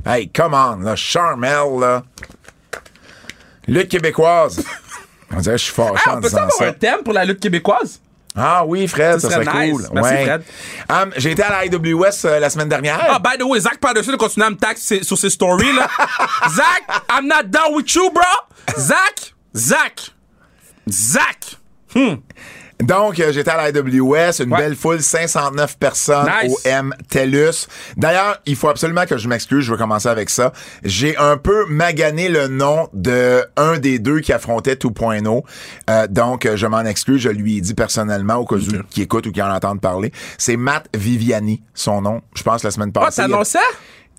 Hey, come on, là, Charmel, là. Lutte québécoise. On dirait que je suis fâché Ah, en on peut disant avoir ça. un thème pour la lutte québécoise? Ah oui, Fred, Ça ça, serait serait, nice. cool. Merci, ouais. Fred. Hum, J'ai été à la IWS euh, la semaine dernière. Ah, by the way, Zach par-dessus de continuer à me taxer ses- sur ses stories, là. Zach, I'm not down with you, bro! Zach! Zach! Zach! Hmm. Donc, euh, j'étais à l'IWS, une belle foule, 509 personnes Nice. au M TELUS. D'ailleurs, il faut absolument que je m'excuse, je vais commencer avec ça. J'ai un peu magané le nom de un des deux qui affrontait 2.0. Euh, donc, euh, je m'en excuse, je lui ai dit personnellement, au cas où qui écoute ou qui en entend parler. C'est Matt Viviani, son nom, je pense, la semaine Ah, passée. Il y a- t'annonçais?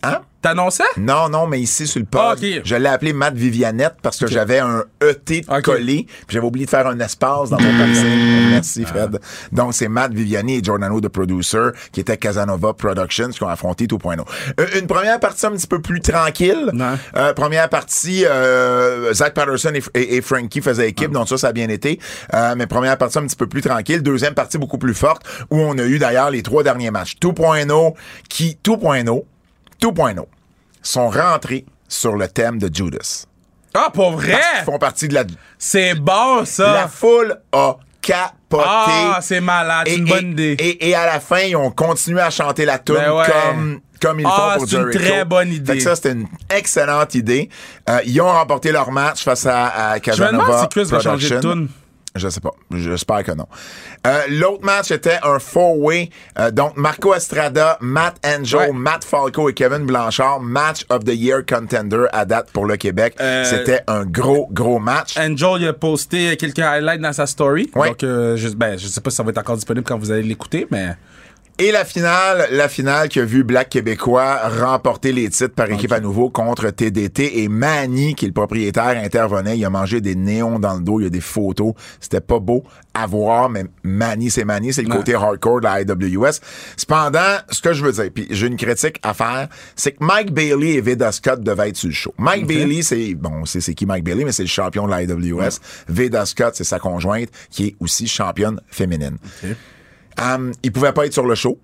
Hein? T'annonçais? Non, non, mais ici sur le pod, Ah, ok. je l'ai appelé Matt Vivianette parce que j'avais un ET de Ok. collé, puis j'avais oublié de faire un espace dans mon consigne. Merci Fred. Donc c'est Matt Viviani et Giordano de producer qui était Casanova Productions qui ont affronté 2.0. Euh, une première partie un petit peu plus tranquille. Ouais. Euh, première partie, euh, Zach Patterson et, et- et Frankie faisaient équipe, donc ça, ça a bien été. Euh, mais première partie un petit peu plus tranquille. Deuxième partie beaucoup plus forte, où on a eu d'ailleurs les trois derniers matchs. 2.0 qui, 2.0, 2.0 sont rentrés sur le thème de Judas. Ah, pour vrai? Ils font partie de la... C'est bon, La ça! foule a capoté. Ah, c'est malade, c'est une bonne idée. Et, et à la fin, ils ont continué à chanter la tune Ben ouais. comme, comme ils le Ah, font pour c'est une Jericho. très bonne idée. Fait que ça, c'était une excellente idée. Euh, ils ont remporté leur match face à, à me demande Casanova si Chris va changer de Production. tune. Je sais pas. J'espère que non. Euh, L'autre match était un four-way. Euh, donc, Marco Estrada, Matt Angel, Ouais. Matt Falco et Kevin Blanchard. Match of the Year contender à date pour le Québec. Euh, C'était un gros, gros match. Angel il a posté quelques highlights dans sa story. Ouais. Donc, euh, je, ben, je sais pas si ça va être encore disponible quand vous allez l'écouter, mais. Et la finale, la finale qui a vu Black Québécois remporter les titres par équipe à nouveau contre TDT et Manny, qui est le propriétaire, intervenait. Il a mangé des néons dans le dos, il y a des photos. C'était pas beau à voir, mais Manny, c'est Manny, c'est le Ouais. côté hardcore de la IWS. Cependant, ce que je veux dire, puis j'ai une critique à faire, c'est que Mike Bailey et Veda Scott devaient être sur le show. Mike Bailey, c'est, bon, on sait c'est qui Mike Bailey, mais c'est le champion de la IWS. Veda Scott, c'est sa conjointe, qui est aussi championne féminine. Um, il pouvait pas être sur le show.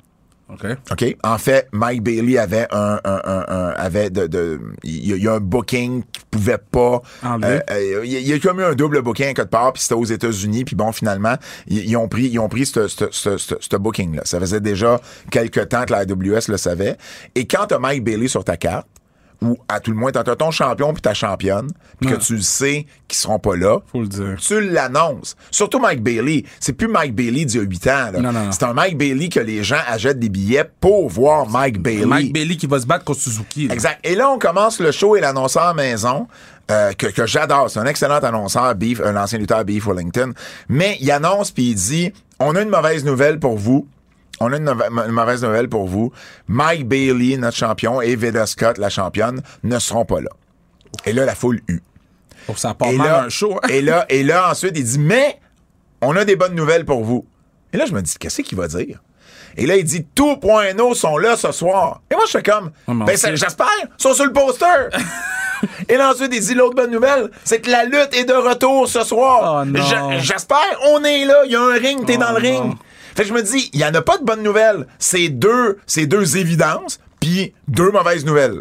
OK. OK. En fait, Mike Bailey avait un, un, un, un- avait de, de il y a- il y, a un booking qui pouvait pas Enlever. euh, il y a- il y a comme eu un double booking à quelque part puis c'était aux États-Unis puis bon finalement ils ils ont pris ils ont pris ce- ce- ce ce- ce booking là. Ça faisait déjà quelque temps que la AWS le savait et quand tu Mike Bailey sur ta carte ou à tout le moins t'as t'as ton champion puis ta championne puis que tu le sais qu'ils seront pas là Faut le dire. tu l'annonces. Surtout Mike Bailey. C'est plus Mike Bailey d'il y a 8 ans. là. Non, non, non. C'est un Mike Bailey que les gens achètent des billets pour voir Mike Bailey. Mike Bailey qui va se battre contre Suzuki. là. Exact. Et là, on commence le show et l'annonceur à maison, euh, que, que j'adore. C'est un excellent annonceur, Beef, un ancien lutteur Beef Wellington. Mais il annonce puis il dit On a une mauvaise nouvelle pour vous. On a une, nove- une mauvaise nouvelle pour vous. Mike Bailey, notre champion, et Veda Scott, la championne, ne seront pas là. Et là, la foule eut. Pour ça part Et mal là, un show. hein. et là, et là, ensuite, il dit, mais on a des bonnes nouvelles pour vous. Et là, je me dis, qu'est-ce qu'il va dire? Et là, il dit, tout point no sont là ce soir. Et moi, je fais comme, Ouais, mais on ben, ça- sait. j'espère, ils sont sur le poster. et là, ensuite, il dit, l'autre bonne nouvelle, c'est que la lutte est de retour ce soir. Oh, non. Je- J'espère, on est là, il y a un ring, t'es Oh, dans le ring. non. Fait que je me dis, il y en a pas de bonnes nouvelles. C'est deux, c'est deux évidences, puis deux mauvaises nouvelles.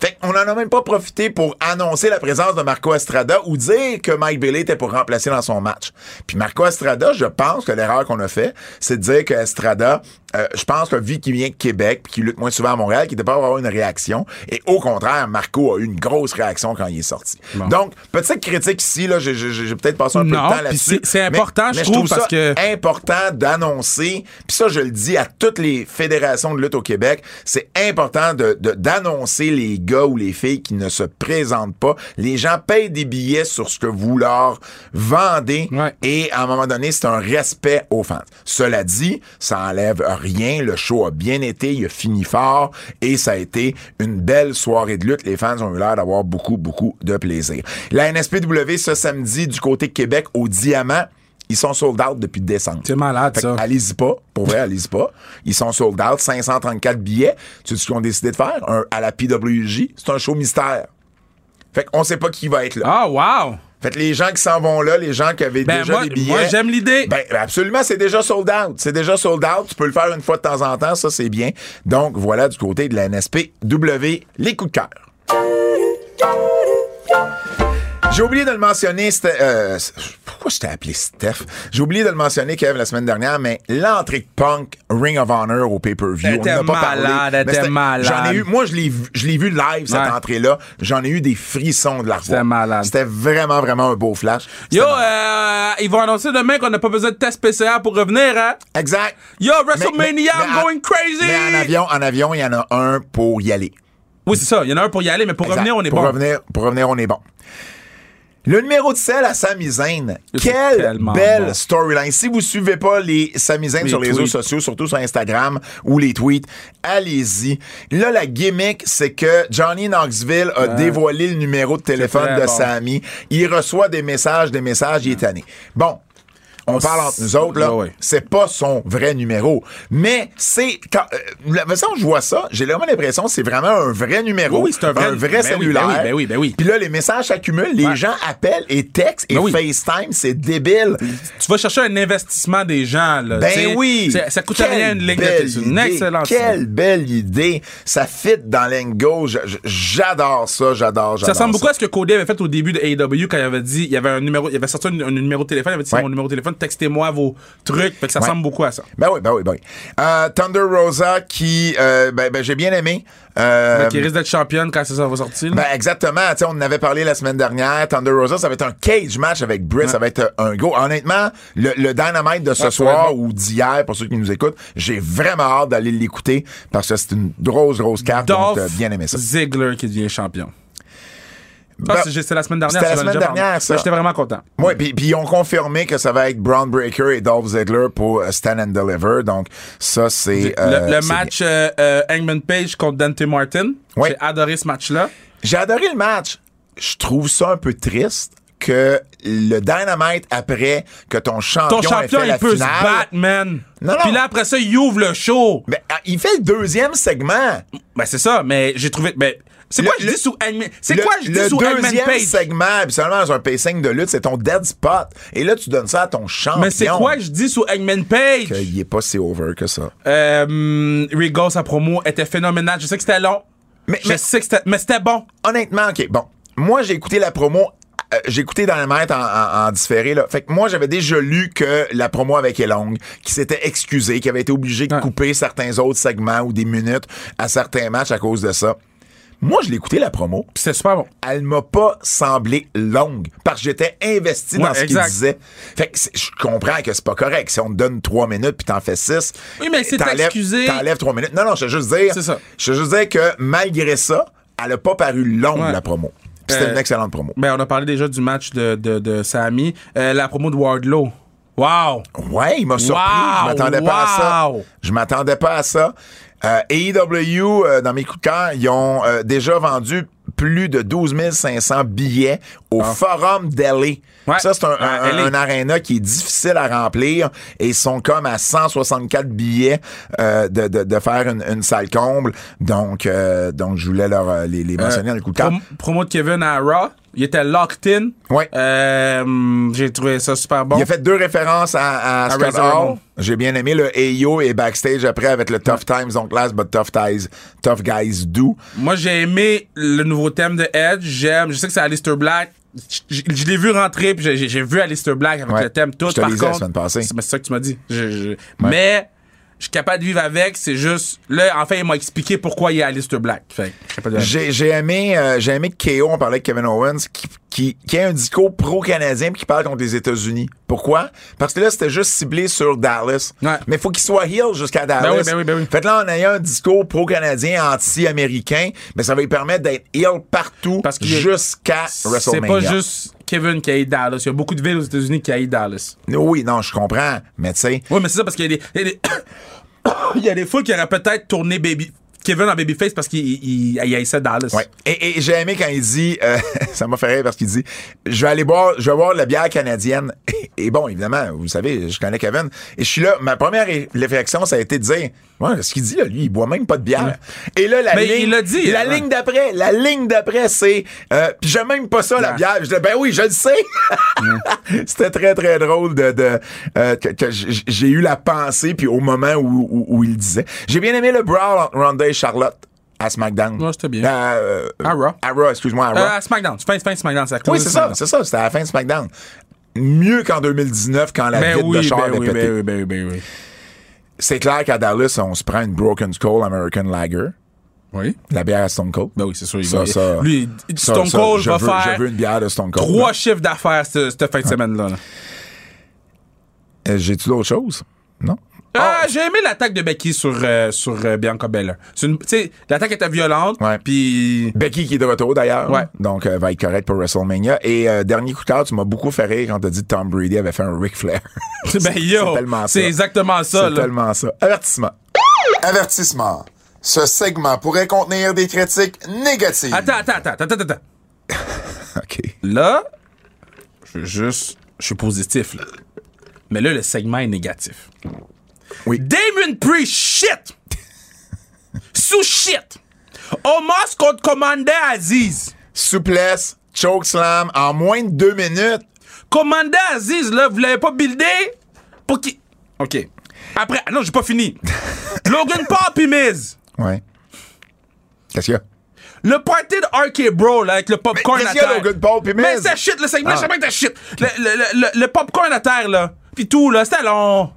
Fait qu'on n'en a même pas profité pour annoncer la présence de Marco Estrada ou dire que Mike Bailey était pour remplacer dans son match. Puis Marco Estrada, je pense que l'erreur qu'on a fait, c'est de dire que Estrada euh, je pense, que vu qu'il vient de Québec puis qu'il lutte moins souvent à Montréal, qu'il était pas avoir une réaction. Et au contraire, Marco a eu une grosse réaction quand il est sorti. Bon. Donc, petite critique ici, là, j'ai- j'ai j'ai peut-être passé un peu de Non, temps puis là-dessus. c'est- c'est mais- important, je mais trouve, parce ça que- important d'annoncer, puis ça, je le dis à toutes les fédérations de lutte au Québec, c'est important de, de- d'annoncer les gars ou les filles qui ne se présentent pas. Les gens payent des billets sur ce que vous leur vendez Ouais. et à un moment donné, c'est un respect aux fans. Cela dit, ça enlève rien. Le show a bien été, il a fini fort et ça a été une belle soirée de lutte. Les fans ont eu l'air d'avoir beaucoup, beaucoup de plaisir. La NSPW ce samedi du côté Québec au Diamant. Ils sont sold out depuis décembre. C'est malade, Fait que ça. Allez-y pas. Pour vrai, allez-y pas. Ils sont sold out. 534 billets. Tu sais ce qu'ils ont décidé de faire? Un- à la PWJ. C'est un show mystère. Fait qu'on sait pas qui va être là. Ah, wow! Fait que les gens qui s'en vont là, les gens qui avaient Ben, déjà moi- des billets. moi, j'aime l'idée. Ben, ben, absolument, c'est déjà sold out. C'est déjà sold out. Tu peux le faire une fois de temps en temps. Ça, c'est bien. Donc, voilà du côté de la NSPW, les coups de cœur. J'ai oublié de le mentionner, c'était, euh, pourquoi je t'ai appelé Steph? J'ai oublié de le mentionner, Kev, la semaine dernière, mais l'entrée de Punk Ring of Honor au pay-per-view, on Elle n'a était pas parlé. malade, elle mais était c'était- malade. J'en ai eu, moi, je l'ai vu, je l'ai vu live, cette Ouais. entrée-là. J'en ai eu des frissons de la revoir. C'était malade. C'était vraiment, vraiment un beau flash. C'était Yo, malade. euh, ils vont annoncer demain qu'on n'a pas besoin de test PCR pour revenir, hein? Exact. Yo, Mais- WrestleMania, mais- mais I'm en- going crazy! Mais en avion, en avion, il y en a un pour y aller. Oui, c'est ça. Il y en a un pour y aller, mais pour Exact. revenir, on est pour bon. Revenir, pour revenir, on est bon. Le numéro de sel à Sami Zayn. C'est Quelle tellement belle bon. storyline. Si vous suivez pas les Sami Zayn Les sur les réseaux tweets. sociaux, surtout sur Instagram ou les tweets, allez-y. Là, la gimmick, c'est que Johnny Knoxville a dévoilé le numéro de téléphone très de bon. Sami. Il reçoit des messages, des messages, il est tanné. Bon. On parle entre nous autres, là. Ah ouais. C'est pas son vrai numéro. Mais c'est. Quand, euh, la façon que je vois ça, j'ai vraiment l'impression que c'est vraiment un vrai numéro. Oui, oui, c'est un vrai- ben oui, ben cellulaire. oui, ben oui, ben oui. Puis là, les messages s'accumulent, les Ouais. gens appellent et textent et Ben oui. Euh, FaceTime, c'est débile. Tu vas chercher un investissement des gens, là. Ben tu sais. oui! Ça, ça coûte Quelle rien une ligne de belle télévision. Une idée. excellente Quelle idée. belle idée! Ça fit dans l'angle. Je- je- J'adore ça, j'adore, j'adore. Ça ressemble beaucoup à ce que Cody avait fait au début de AEW quand il avait dit, il y avait un numéro, il avait sorti un, un numéro de téléphone, il avait dit, c'est Ouais. mon numéro de téléphone, textez-moi vos trucs. Fait que ça Ouais. ressemble beaucoup à ça. Ben oui, ben oui, ben oui. Euh, Thunder Rosa qui, euh, ben, ben, j'ai bien aimé. Euh, Qui risque d'être championne quand ça, ça va sortir. là. Ben exactement, tu sais, on en avait parlé la semaine dernière, Thunder Rosa, ça va être un cage match avec Britt, ça va être euh, un go. Honnêtement, le, le Dynamite de ce Ouais, soir ouais. ou d'hier, pour ceux qui nous écoutent, j'ai vraiment hâte d'aller l'écouter parce que c'est une grosse, grosse carte, donc euh, Dolph bien aimé ça. Ziggler qui devient champion. Ben, Ça, c'est- c'était la semaine dernière. c'était la tu m'en as semaine déjà parlé. dernière, ça. Ben, J'étais vraiment content. Ouais, puis puis ils ont confirmé que ça va être Braun Breaker et Dolph Ziggler pour euh, Stand and Deliver, donc ça c'est... euh, le le c'est bien. match euh, euh, Hangman Page contre Dante Martin. Ouais. J'ai adoré ce match-là. J'ai adoré le match. Je trouve ça un peu triste que le Dynamite après que ton champion, Ton champion, ait fait il la peut finale, se battre, man. Non, non. Puis là, après ça, il ouvre le show. Ben, ah, il fait le deuxième segment. Ben, c'est ça, mais j'ai trouvé. Ben, c'est Le- quoi je le- dis sous Hangman C'est le, quoi je dis le sous Hangman deuxième Page segment, habituellement dans un pacing de lutte, c'est ton dead spot. Et là, tu donnes ça à ton champion. Mais c'est quoi je dis sous Hangman Page Il est pas si over que ça. euh, Rigo, sa promo était phénoménale. Je sais que c'était long. Mais- je mais- sais que c'était. Mais c'était bon. Honnêtement, OK, bon. Moi, j'ai écouté la promo... euh, j'ai écouté dans la maître en, en- en différé. Là. Fait que moi, j'avais déjà lu que la promo avec longue, qui s'était excusée, qui avait été obligée de Ouais. couper certains autres segments ou des minutes à certains matchs à cause de ça. Moi, je l'ai écouté, la promo. Puis c'était super bon. elle m'a pas semblé longue parce que j'étais investi dans Ouais, ce qu'il exact. disait. Fait que c'est- je comprends que c'est pas correct. Si on te donne trois minutes puis t'en fais six. Oui, mais c'est t'enlèves- excusé. T'enlèves trois minutes. Non, non, je veux juste dire. C'est ça. Je veux juste dire que malgré ça, elle a pas paru longue, Ouais. la promo. Puis c'était Euh, une excellente promo. Ben, on a parlé déjà du match de, de, de Sami. Euh, la promo de Wardlow. Wow! Ouais, il m'a surpris. je Wow, m'attendais pas à ça. wow. Je m'attendais pas à ça. Euh, AEW, euh, dans mes coups de cœur, ils ont euh, déjà vendu plus de 12 500 billets au Forum Delhi. Ah. Ouais. Ah, Ça, c'est un, un, À LA. un aréna qui est difficile à remplir et ils sont comme à 164 billets euh, de, de, de faire une, une salle comble. Donc, euh, donc je voulais leur, euh, les, les mentionner dans les coups de cœur. Prom- promo de Kevin à Raw. Il était locked in. Ouais. Euh, j'ai trouvé ça super bon. Il a fait deux références à, à Scott Razor Hall. Ramon. J'ai bien aimé le AO et backstage après avec le Tough Times on Class, but Tough Ties, Tough Guys Do. Moi, j'ai aimé le nouveau thème de Edge. J'aime. Je sais que c'est Alistair Black. Je, je- je l'ai vu rentrer, puis j'ai- j'ai j'ai vu Alistair Black avec Ouais. le thème tout. Je te par lisais la contre, semaine passée. C'est c'est ça que tu m'as dit. Je- je- Mais Je suis capable de vivre avec, c'est juste. Là, enfin, il m'a expliqué pourquoi il est Alistair Black. Fait que je suis capable de- J'ai j'ai aimé, euh, j'ai aimé que KO, on parlait de Kevin Owens, qui, qui, qui a un discours pro-canadien puis qui parle contre les États-Unis. Pourquoi? Parce que là, c'était juste ciblé sur Dallas. Ouais. Mais il faut qu'il soit heel jusqu'à Dallas. oui, ben oui, ben oui. Fait que là, en ayant un discours pro-canadien, anti-américain, mais ça va lui permettre d'être heel partout Parce qu'il y a- jusqu'à C'est WrestleMania. pas juste Kevin qui haït Dallas. Il y a beaucoup de villes aux États-Unis qui haït Dallas. Oui, non, je comprends, mais tu sais... Oui, mais c'est ça parce qu'il y a des. Il y a des, il y a des foules qui auraient peut-être tourné baby, Kevin en babyface parce qu'il il, il haïssait Dallas. Ouais. Et, et j'ai aimé quand il dit, euh, ça m'a fait rire parce qu'il dit, je vais aller boire, je vais boire de la bière canadienne. Et bon, évidemment, vous savez, je connais Kevin. Et je suis là, ma première ré- réflexion, ça a été de dire, ouais, ce qu'il dit là, lui, il boit même pas de bière. Et là, la Mm. Mais ligne, il l'a dit, hein. la ouais. ligne d'après, la ligne d'après, c'est, euh, puis j'aime même pas ça la Ouais. bière. Je dis, ben oui, je le sais. Mm. C'était très très drôle de, de euh, que, que j- j'ai eu la pensée puis au moment où, où, où il le disait. J'ai bien aimé le brawl entre Ronda et Charlotte à SmackDown. Ouais, c'était bien. Euh, euh, À Raw. À Raw, excuse-moi, à Raw. Euh, à SmackDown. Fin, fin SmackDown, ça oui, c'est ça, c'est ça, c'était à la fin de SmackDown. Mieux qu'en 2019 quand la Ben vitre de oui, char ben avait oui, pété. ben oui, ben oui, ben oui. C'est clair qu'à Dallas, on se prend une Broken Skull American Lager, Oui. la bière à Stone Cold. Ben oui, c'est sûr. il Ça, va- ça, lui, ça, Stone ça, Cold je va veux- faire Je veux une ben- bière de Stone Cold. trois chiffres d'affaires ce- cette fin de semaine-là. là. Euh, J'ai-tu d'autres choses? Non? Ah, j'ai aimé l'attaque de Becky sur, euh, sur euh, Bianca Belair. C'est une- Tu sais, l'attaque était violente, Ouais. puis... Becky qui est de retour d'ailleurs. Ouais. Donc, euh, va être correct pour WrestleMania. Et euh, dernier coup de cœur, tu m'as beaucoup fait rire quand t'as dit que Tom Brady avait fait un Ric Flair. Ben c'est yo, tellement ça. c'est exactement ça. C'est Là. tellement ça. Avertissement. Avertissement. Ce segment pourrait contenir des critiques négatives. Attends, attends, attends, attends, attends, attends. OK. Là, je veux juste... Je suis positif, là. Mais là, le segment est négatif. Oui. Damon Priest, shit! Sous shit! Omos contre Commander Aziz. Souplesse, chokeslam en moins de deux minutes. Commandant Aziz, là, vous l'avez pas buildé pour qui. OK. Après, non, j'ai pas fini. Logan Paul pis Miz. Ouais. Qu'est-ce qu'il y a? Le party de RK Bro, là, avec le popcorn Mais qu'est-ce à qu'il y a, terre. Logan Paul pis Miz? Mais c'est shit, le segment, Ah. je sais pas que t'as shit. Le, le, le, le, le popcorn à terre, là. Pis tout, là, c'était long.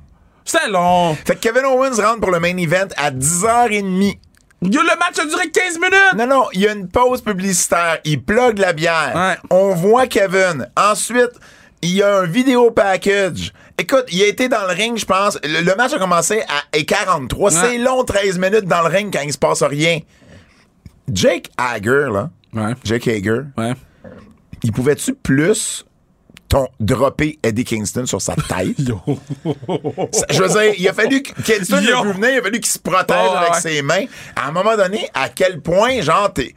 C'était long. Fait que Kevin Owens rentre pour le main event à 10h30. Yo, le match a duré 15 minutes. Non, non, il y a une pause publicitaire. Il plug la bière. Ouais. On voit Kevin. Ensuite, il y a un vidéo package. Écoute, il a été dans le ring, je pense. Le, le match a commencé à 43. C'est long, 13 minutes dans le ring quand il se passe rien. Jake Hager, là. Ouais. Jake Hager. Ouais. Il pouvait-tu plus ton dropper Eddie Kingston sur sa tête? Yo. Ça- Je veux dire, il a fallu que Kingston Yo. le venir, il a fallu qu'il se protège Ah, avec ouais. ses mains. À un moment donné, à quel point, genre, t'es.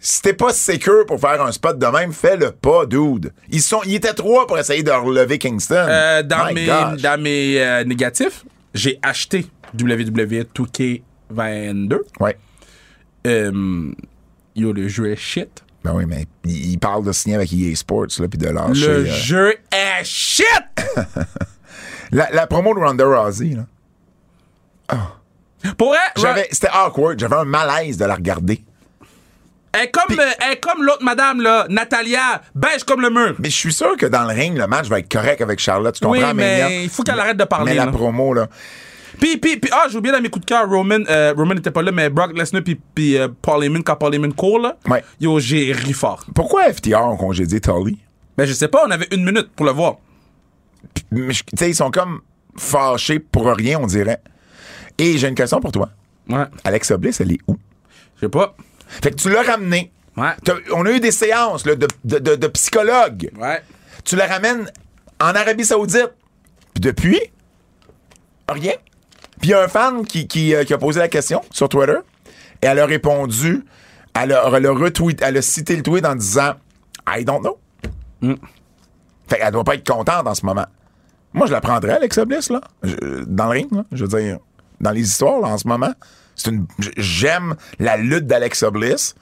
Si t'es pas sécure pour faire un spot de même, fais le pas, dude. Ils sont. Ils étaient trois pour essayer de relever Kingston. Euh, dans, My mes, gosh. dans mes euh, négatifs, j'ai acheté WWE 2K22. Ouais. Euh, yo, le jeu est shit. Ben oui, mais il, il parle de signer avec EA Sports, là, puis de lâcher. Le euh, jeu est shit! la, la promo de Ronda Rousey, là. Pour elle, J'avais, c'était awkward. J'avais un malaise de la regarder. elle est comme, euh, elle est comme l'autre madame, là, Natalia, beige comme le mur. Mais je suis sûr que dans le ring, le match va être correct avec Charlotte. Tu Oui, comprends, Mania? mais il faut qu'elle arrête de parler. Mais la là. promo, là. Puis, puis, puis, ah, j'ai oublié dans mes coups de cœur, Roman, euh, Roman n'était pas là, mais Brock Lesnar, puis, puis euh, Paul Heyman, quand Paul Heyman court, là, Ouais. yo, j'ai ri fort. Pourquoi FTR ont congédié Tully? Ben, je sais pas, on avait une minute pour le voir. Mais je- Tu sais, ils sont comme fâchés pour rien, on dirait. Et j'ai une question pour toi. Ouais. Alexa Bliss, elle est où? Je sais pas. Fait que tu l'as ramenée. Ouais. T'as- On a eu des séances là, de, de- de- de psychologues. Ouais. Tu la ramènes en Arabie Saoudite. Puis depuis, rien. Puis il y a un fan qui, qui, euh, qui a posé la question sur Twitter. Et elle a répondu, elle a, elle a retweet, elle a cité le tweet en disant I don't know. Fait qu'elle doit pas être contente en ce moment. Moi, je la prendrais, Alexa Bliss, là. Je- dans le ring, là. Je veux dire, dans les histoires, là, en ce moment. C'est une. j- J'aime la lutte d'Alexa Bliss.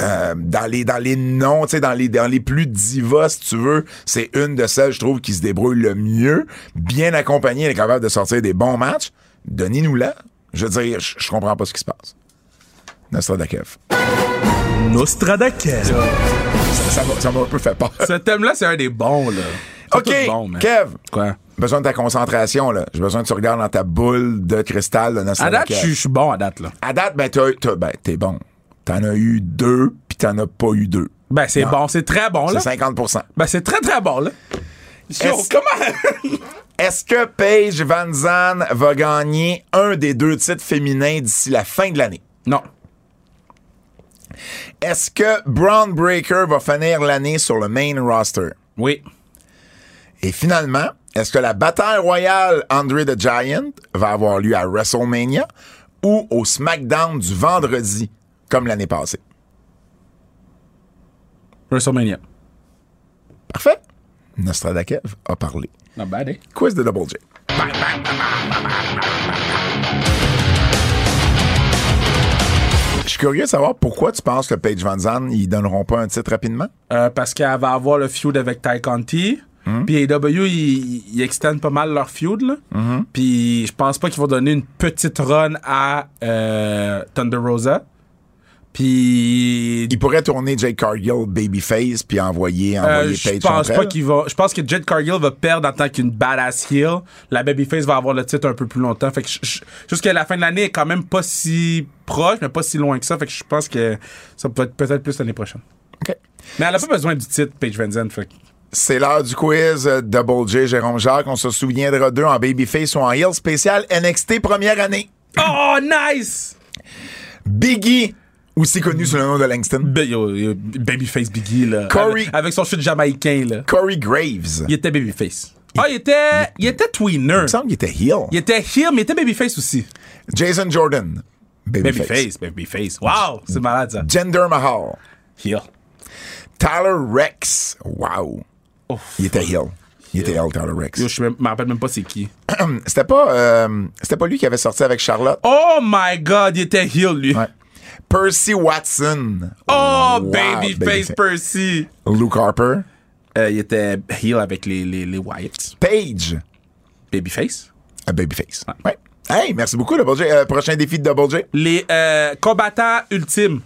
Euh, dans les dans les noms, tu sais, dans les, dans les plus divas, si tu veux, c'est une de celles, je trouve, qui se débrouille le mieux. Bien accompagnée, elle est capable de sortir des bons matchs. Donnez-nous-la. Je veux dire, je je comprends pas ce qui se passe. Nostradakev. Nostradakel. Ça m'a ça m'a un peu fait peur. Ce thème-là, c'est un des bons, là. C'est OK, tout hein. bon, man. Kev, Quoi? besoin de ta concentration, là. J'ai besoin que tu regardes dans ta boule de cristal de À date, je Nostradamus. suis- je suis bon à date, là. À date, ben, t'as- t'as- ben, t'es bon. T'en as eu deux, puis t'en as pas eu deux. Ben, c'est bon, c'est très bon, C'est là. 50 Ben, c'est très, très bon, là. Yo, comment? Est-ce que Paige Van Zandt va gagner un des deux titres féminins d'ici la fin de l'année? non. Est-ce que Brown Breaker va finir l'année sur le main roster? Oui. Et finalement, est-ce que la bataille royale André the Giant va avoir lieu à WrestleMania ou au SmackDown du vendredi, comme l'année passée? WrestleMania. Parfait. Nostradakev a parlé. Not bad, eh? Quiz de Double J. Je suis curieux de savoir pourquoi tu penses que Paige Van Zandt, ils donneront pas un titre rapidement? Euh, parce qu'elle va avoir le feud avec Ty Conti. Mhm. Puis AW, ils, ils extendent pas mal leur feud. Là. Mhm. Puis je pense pas qu'ils vont donner une petite run à euh, Thunder Rosa. Puis Ils pourraient tourner Jake Cargill babyface puis envoyer, euh, envoyer je Paige pense contre pas elle. qu'ils vont. Je pense que Jade Cargill va perdre en tant qu'une badass heel. La babyface va avoir le titre un peu plus longtemps. Fait que je- je- jusqu'à la fin de l'année est quand même pas si proche, mais pas si loin que ça. Fait que je pense que ça peut être peut-être plus l'année prochaine. OK. Mais elle a pas besoin du titre, Paige Van Zandt. Fait que- C'est l'heure du quiz euh, Double J, Jérôme Jacques. On se souviendra d'eux en babyface ou en heel spécial NXT première année. Oh, nice! Biggie, aussi connu sous le nom de Langston. Ba- yo, yo, Babyface Biggie, là. Corey. Avec, avec son chute jamaïcain, là. Corey Graves. Il était Babyface. Ah, il était, il était tweener. Il me semble qu'il était heel. Il était heel, mais il était Babyface aussi. Jason Jordan. Babyface. Babyface, Babyface. Wow, c'est malade, ça. Jinder Mahal. Heel. Tyler Rex. Wow. Ouf. Il était heel. Il était heel, Tyler Rex. Yo, je me me rappelle même pas c'est qui. C'était pas, euh, c'était pas lui qui avait sorti avec Charlotte. Oh my God, il était heel, lui. Ouais. Percy Watson. Oh, Wow, Babyface Babyface. Percy. Luke Harper. Euh, il était heel avec les, les, les Wyatts. Paige. Babyface. à Babyface. Ouais. Hey, merci beaucoup, Double J. Euh, prochain défi de Double J. Les euh, combattants ultimes.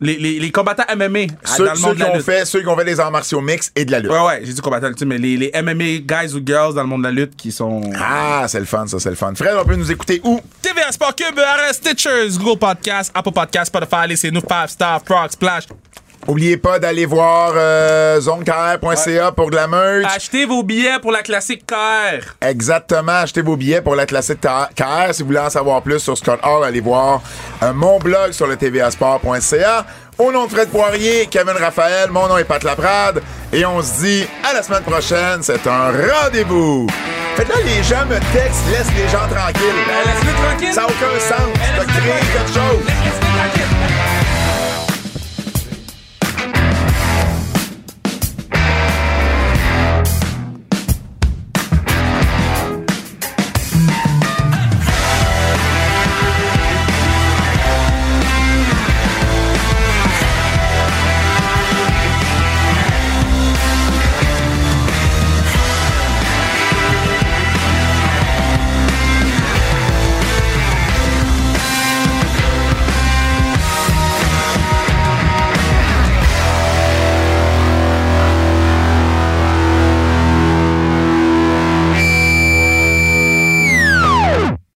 Les, les, les combattants MMA Ceux, Ah, dans le ceux monde de qui la ont lutte. fait, ceux qui ont fait les arts martiaux mix et de la lutte. Ouais, ouais, j'ai dit combattant ultime, mais les, les MMA guys ou girls dans le monde de la lutte qui sont. Ah, c'est le fun, ça, c'est le fun. Fred, on peut nous écouter où? TVA Sport Cube, RS, Stitchers, Google Podcast, Apple Podcast, Spotify, laissez-nous 5 stars, Frog, Splash. Oubliez pas d'aller voir euh, zonecarrière.ca pour de la merch. Achetez vos billets pour la classique CAR. Exactement, achetez vos billets pour la classique ta- carrière. Si vous voulez en savoir plus sur Scott Hall, allez voir euh, mon blog sur le tvasport.ca. Au nom de Fred Poirier, Kevin Raphaël, mon nom est Pat Laprade. Et on se dit à la semaine prochaine, c'est un rendez-vous. Fait que là, les gens me textent, laisse les gens tranquilles. Laisse-le tranquille. Ça n'a aucun sens, Ben, t'as laisse-le créé tranquille. quelque chose. Laisse- laisse-le tranquille.